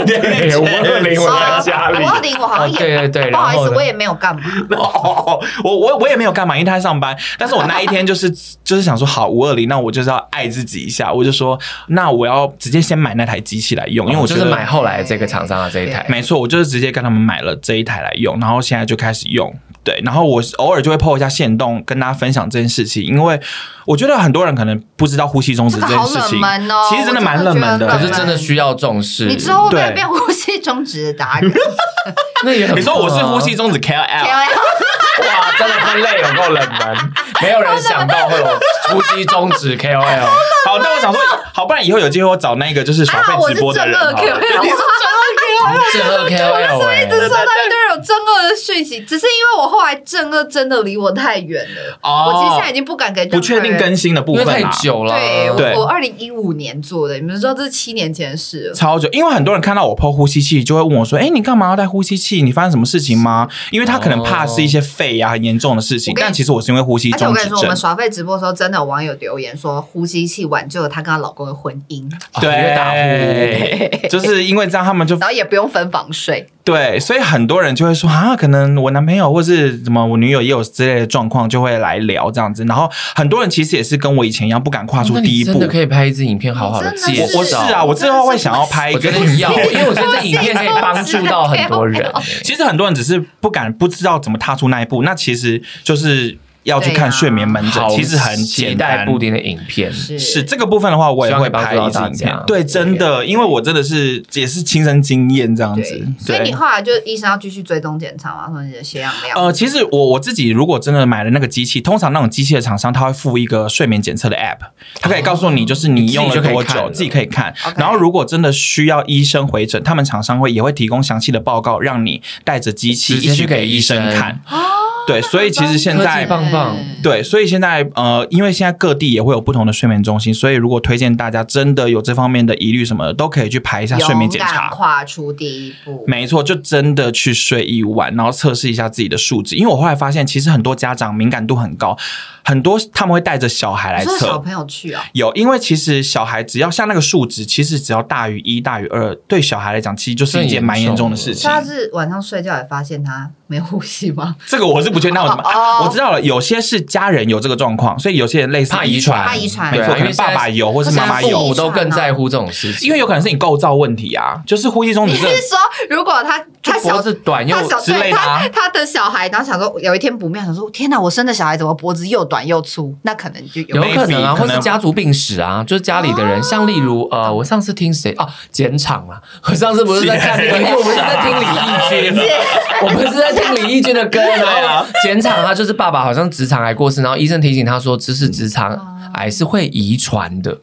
S1: 对
S3: 我二零我
S4: 啊五二零我好像也、
S3: 啊对对对
S4: 不好意
S3: 然后
S4: 思，
S3: 呢
S4: 我也没有干嘛。
S1: 哦，我我我也没有干嘛，因为他在上班。但是我那一天就是 就是想说，好五二零，那我就是要爱自己一下。我就说，那我要直接先买那台机器来用，因为我觉
S3: 就
S1: 得
S3: 是买后来这个厂商的这一台，
S1: 没错，我就是直接跟他们买了这一台来用，然后现在就开始用。对，然后我偶尔就会 PO 一下线动，跟大家分享这件事情，因为我觉得很多人可能不知道呼吸中止
S4: 这
S1: 这
S4: 个
S1: 件
S4: 好
S1: 事情，
S4: 冷门哦
S1: 其实真的蛮冷门的。
S4: 我
S3: 可
S4: 觉得
S3: 是真的需要重视。
S4: 你之后会不会
S1: 对
S4: 变呼吸中止的达 人
S3: 那也很
S1: 你说我是 呼吸
S3: 中
S1: 中止 KOL，
S4: ？KOL
S3: 哇，真的分类有够冷门，没有人想到会有呼吸终 止 KOL。
S1: 好，那我想说，好，不然以后有机会我找那个就是耍
S4: 啊，
S1: 废
S4: 我
S1: 直
S4: 是
S1: 播的
S4: 正
S1: 人
S4: 二
S1: 好了。
S4: KOL，
S3: 正二 KOL 哎、
S4: 一直收到一堆有正二的讯息，只是因为我后来正二真的离我太远了，
S1: 哦
S4: 我其实现在已经不敢给任何
S1: 不确定
S4: 人
S1: 更新的部
S3: 因为
S1: 分啊
S3: 太
S1: 啦。
S3: 久了，
S4: 对，
S1: 对
S4: 我我二零一五年做的，你们知道这是七年前的事了。
S1: 超久，因为很多人看到我剖呼吸器，就会问我说：“哎、你干嘛要带呼吸器？你发生什么事情吗？”因为他可能怕是一些肺啊很严重的事情
S4: 我，跟你
S1: 但其实我是因为呼吸
S4: 哦而且我
S1: 中
S4: 跟你
S1: 止
S4: 说，我
S1: 症
S4: 们。耍废直播的时候，真的有网友留言说，呼吸器挽救了她跟她老公的婚姻，
S3: 啊因为打呼。
S1: 对，就是因为这样，他们就
S4: 然后也不用分房睡。
S1: 对，所以很多人就会说啊，可能我男朋友或是什么我女友也有之类的状况，就会来聊这样子。然后很多人其实也是跟我以前一样，不敢跨出
S3: 啊那
S1: 第
S3: 你
S1: 一
S3: 真
S1: 步
S3: 的。可以拍一支影片，好好的介
S4: 真的
S3: 绍。
S1: 我我是啊，我之后会想要拍一
S3: 我觉
S1: 个
S3: 得你要，因为我觉得这影片可以帮助到 很多人、欸
S1: 其实很多人只是不敢不知道怎么踏出那一步，那其实就是要去看睡眠门诊，
S3: 好
S1: 其实很
S3: 期
S1: 简
S3: 待
S1: 单。
S3: 布丁的影片，
S4: 是
S1: 是这个部分的话，我也
S3: 希望可以
S1: 会
S3: 帮助
S1: 拍
S3: 到
S1: 一支
S3: 大
S1: 影片
S3: 家。
S1: 对，真的，因为我真的是也是亲身经验这样子
S4: 对。，所以
S1: 对
S4: 你。后来就医生要继续追踪检查嘛，说你的血氧量。
S1: 呃，其实我我自己如果真的买了那个机器，通常那种机器的厂商，他会附一个睡眠检测的 app，它可以告诉你就是你用了多久，
S3: 哦自
S1: 自
S3: 己
S1: 己
S3: 可
S1: 可以看
S4: OK。
S1: 然后如果真的需要医生回诊，他们厂商会也会提供详细的报告，让你带着机器
S3: 直接
S1: 一
S3: 去
S1: 起
S3: 给
S1: 给
S3: 医
S1: 医生
S3: 生
S1: 看。哦对，所以其实现
S3: 科技
S1: 在
S3: 棒棒，
S1: 对，所以现在呃，因为现在各地也会有不同的睡眠中心，所以如果推荐大家真的有这方面的疑虑什么的，都可以去排一下睡眠检
S4: 勇敢
S1: 查。
S4: 跨出第一步。
S1: 没错，就真的去睡一晚，然后测试一下自己的数值。因为我后来发现，其实很多家长敏感度很高，很多他们会带着小孩来
S4: 你说小
S1: 测。
S4: 朋友去啊，
S1: 有，因为其实小孩只要像那个数值，其实只要大于一、大于二，对小孩来讲，其实就是一件蛮严重的事
S4: 所
S1: 情
S4: 以。他是晚上睡觉也发现他没呼吸吗？
S1: 这个我是不确定，那我怎么、
S4: 哦
S1: 啊？我知道了，有些是家人有这个状况，所以有些人类似
S3: 怕遗
S1: 遗
S3: 传，
S4: 怕遗传
S1: 没
S3: 对
S1: 错，
S3: 啊，
S1: 可
S3: 因为
S1: 能爸爸有或是
S3: 现在
S1: 妈妈
S3: 父
S1: 有
S3: 母，都更
S4: 啊
S3: 在乎这种事情，
S1: 因为有可能是你构造问题啊，就是呼吸中你
S4: 你
S1: 这
S4: 是说如果他他
S3: 脖
S4: 小
S3: 子短又
S4: 他小
S3: 之类
S4: 对
S3: 的啊
S4: 他他的小孩，然后想说有一天不妙，想说天哪，我生的小孩怎么脖子又短又粗？那可能就有
S3: 有可能啊，
S1: maybe，可
S3: 或
S1: 能哦
S3: 是家族病史啊，就是家里的人，像例如呃，我上次听谁啊，简场啊， 我上次不是在看那个，因为我们是在听李翊君， 我们是在听李翊君的歌，
S1: 啊
S3: 然后简场他就是爸爸好像直肠癌过世，然后医生提醒他说，只是直
S1: 哦
S3: 肠癌是会遗传的。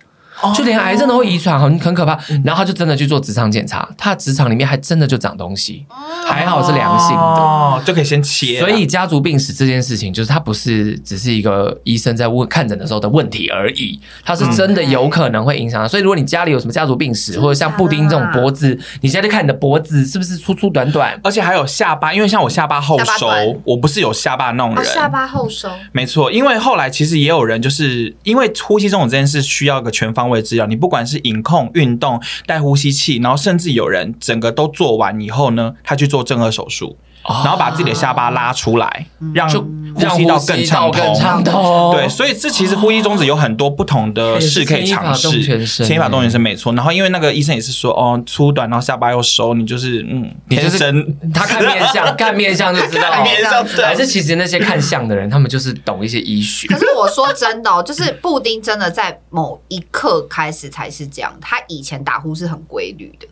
S3: 就连癌症都会遗传，很很可怕。然后他就真的去做直肠检查，他的直肠里面还真的就长东西，还好是良性的。
S1: 哦，就可以先切啊。
S3: 所以家族病史这件事情，就是它不是只是一个医生在问看诊的时候的问题而已，它是真的有可能会影响到。所以如果你家里有什么家族病史，或者像布丁这种脖子，你现在就看你的脖子是不是粗粗短短。
S1: 而且还有下巴，因为像我下巴后
S4: 下巴
S1: 收
S4: 短，
S1: 我不是有下巴那种
S4: 哦
S1: 人。
S4: 下巴后收，
S1: 没错，因为后来其实也有人，就是因为呼吸这种这件事需要一个全方位治疗，你不管是饮控、运动、戴呼吸器，然后甚至有人整个都做完以后呢，他去做正颌手术，然后把自己的下巴拉出来，让
S3: 就
S1: 让
S3: 哦呼吸
S1: 嗯道
S3: 道
S1: 更畅
S3: 更
S1: 通。
S3: 畅通，
S1: 对，所以这其实呼吸中止有很多不同的事可以尝试，
S3: 可以是牵一发动全身
S1: 牵一发动全身没错。然后因为那个医生也是说，哦，粗短，然后下巴又收，你就是嗯，
S3: 你就是
S1: 天生
S3: 他看面相，看面相就知道。
S4: 看面相
S1: 对
S3: 还是其实那些看相的人，他们就是懂一些医学
S4: 可。是我说真的、哦， 就是布丁真的在某一刻开始才是这样，他以前打呼是很规律的，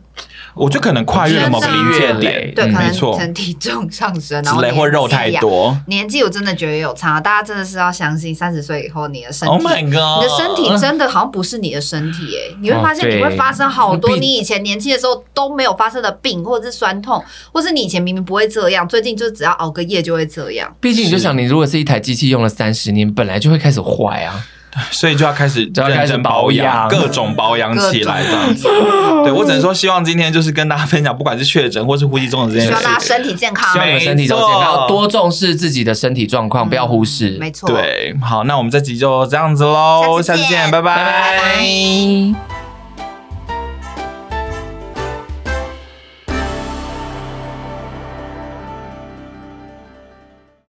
S1: 我就可能跨越了某个临界
S3: 真的啊
S1: 点，
S4: 对，
S3: 嗯
S4: 可
S1: 没
S4: 能
S1: 错
S4: 身体重上升，然后
S1: 之类或肉太
S4: 年纪啊。
S1: 多。
S4: 年纪我真的觉得有差，大家真的是要相信，三十岁以后你的身体
S1: Oh my god！
S4: 你的身
S1: 嗯
S4: 体真的好像不是你的身体哎、你会发现
S3: 哦对
S4: 你会发生好多
S3: 你必
S4: 你以前年轻的时候都没有发生的病，或者是酸痛，或是你以前明明不会这样，最近就只要熬个夜就会这 样。
S3: 毕竟你就想，你如果是一台机器用了三十年，本来就会开始坏啊。
S1: 所以就要开始
S3: 就要开始
S1: 认真
S3: 保
S1: 保
S3: 养
S1: 养，各种保养起来这样子。对我只能说，希望今天就是跟大家分享，不管是确诊或是呼吸中止这
S4: 希
S1: 件
S4: 望大家
S1: 事，
S4: 身体健康嗯
S3: 希。望你们身体都健
S1: 没
S3: 康，
S1: 错
S3: 多重视自己的身体状况，不要忽视。
S4: 没错，
S1: 对，好，那我们这集就这样子喽，
S4: 下
S1: 下
S4: 次
S1: 次
S4: 见
S1: 见，拜
S4: 拜拜
S1: 拜。
S3: 拜。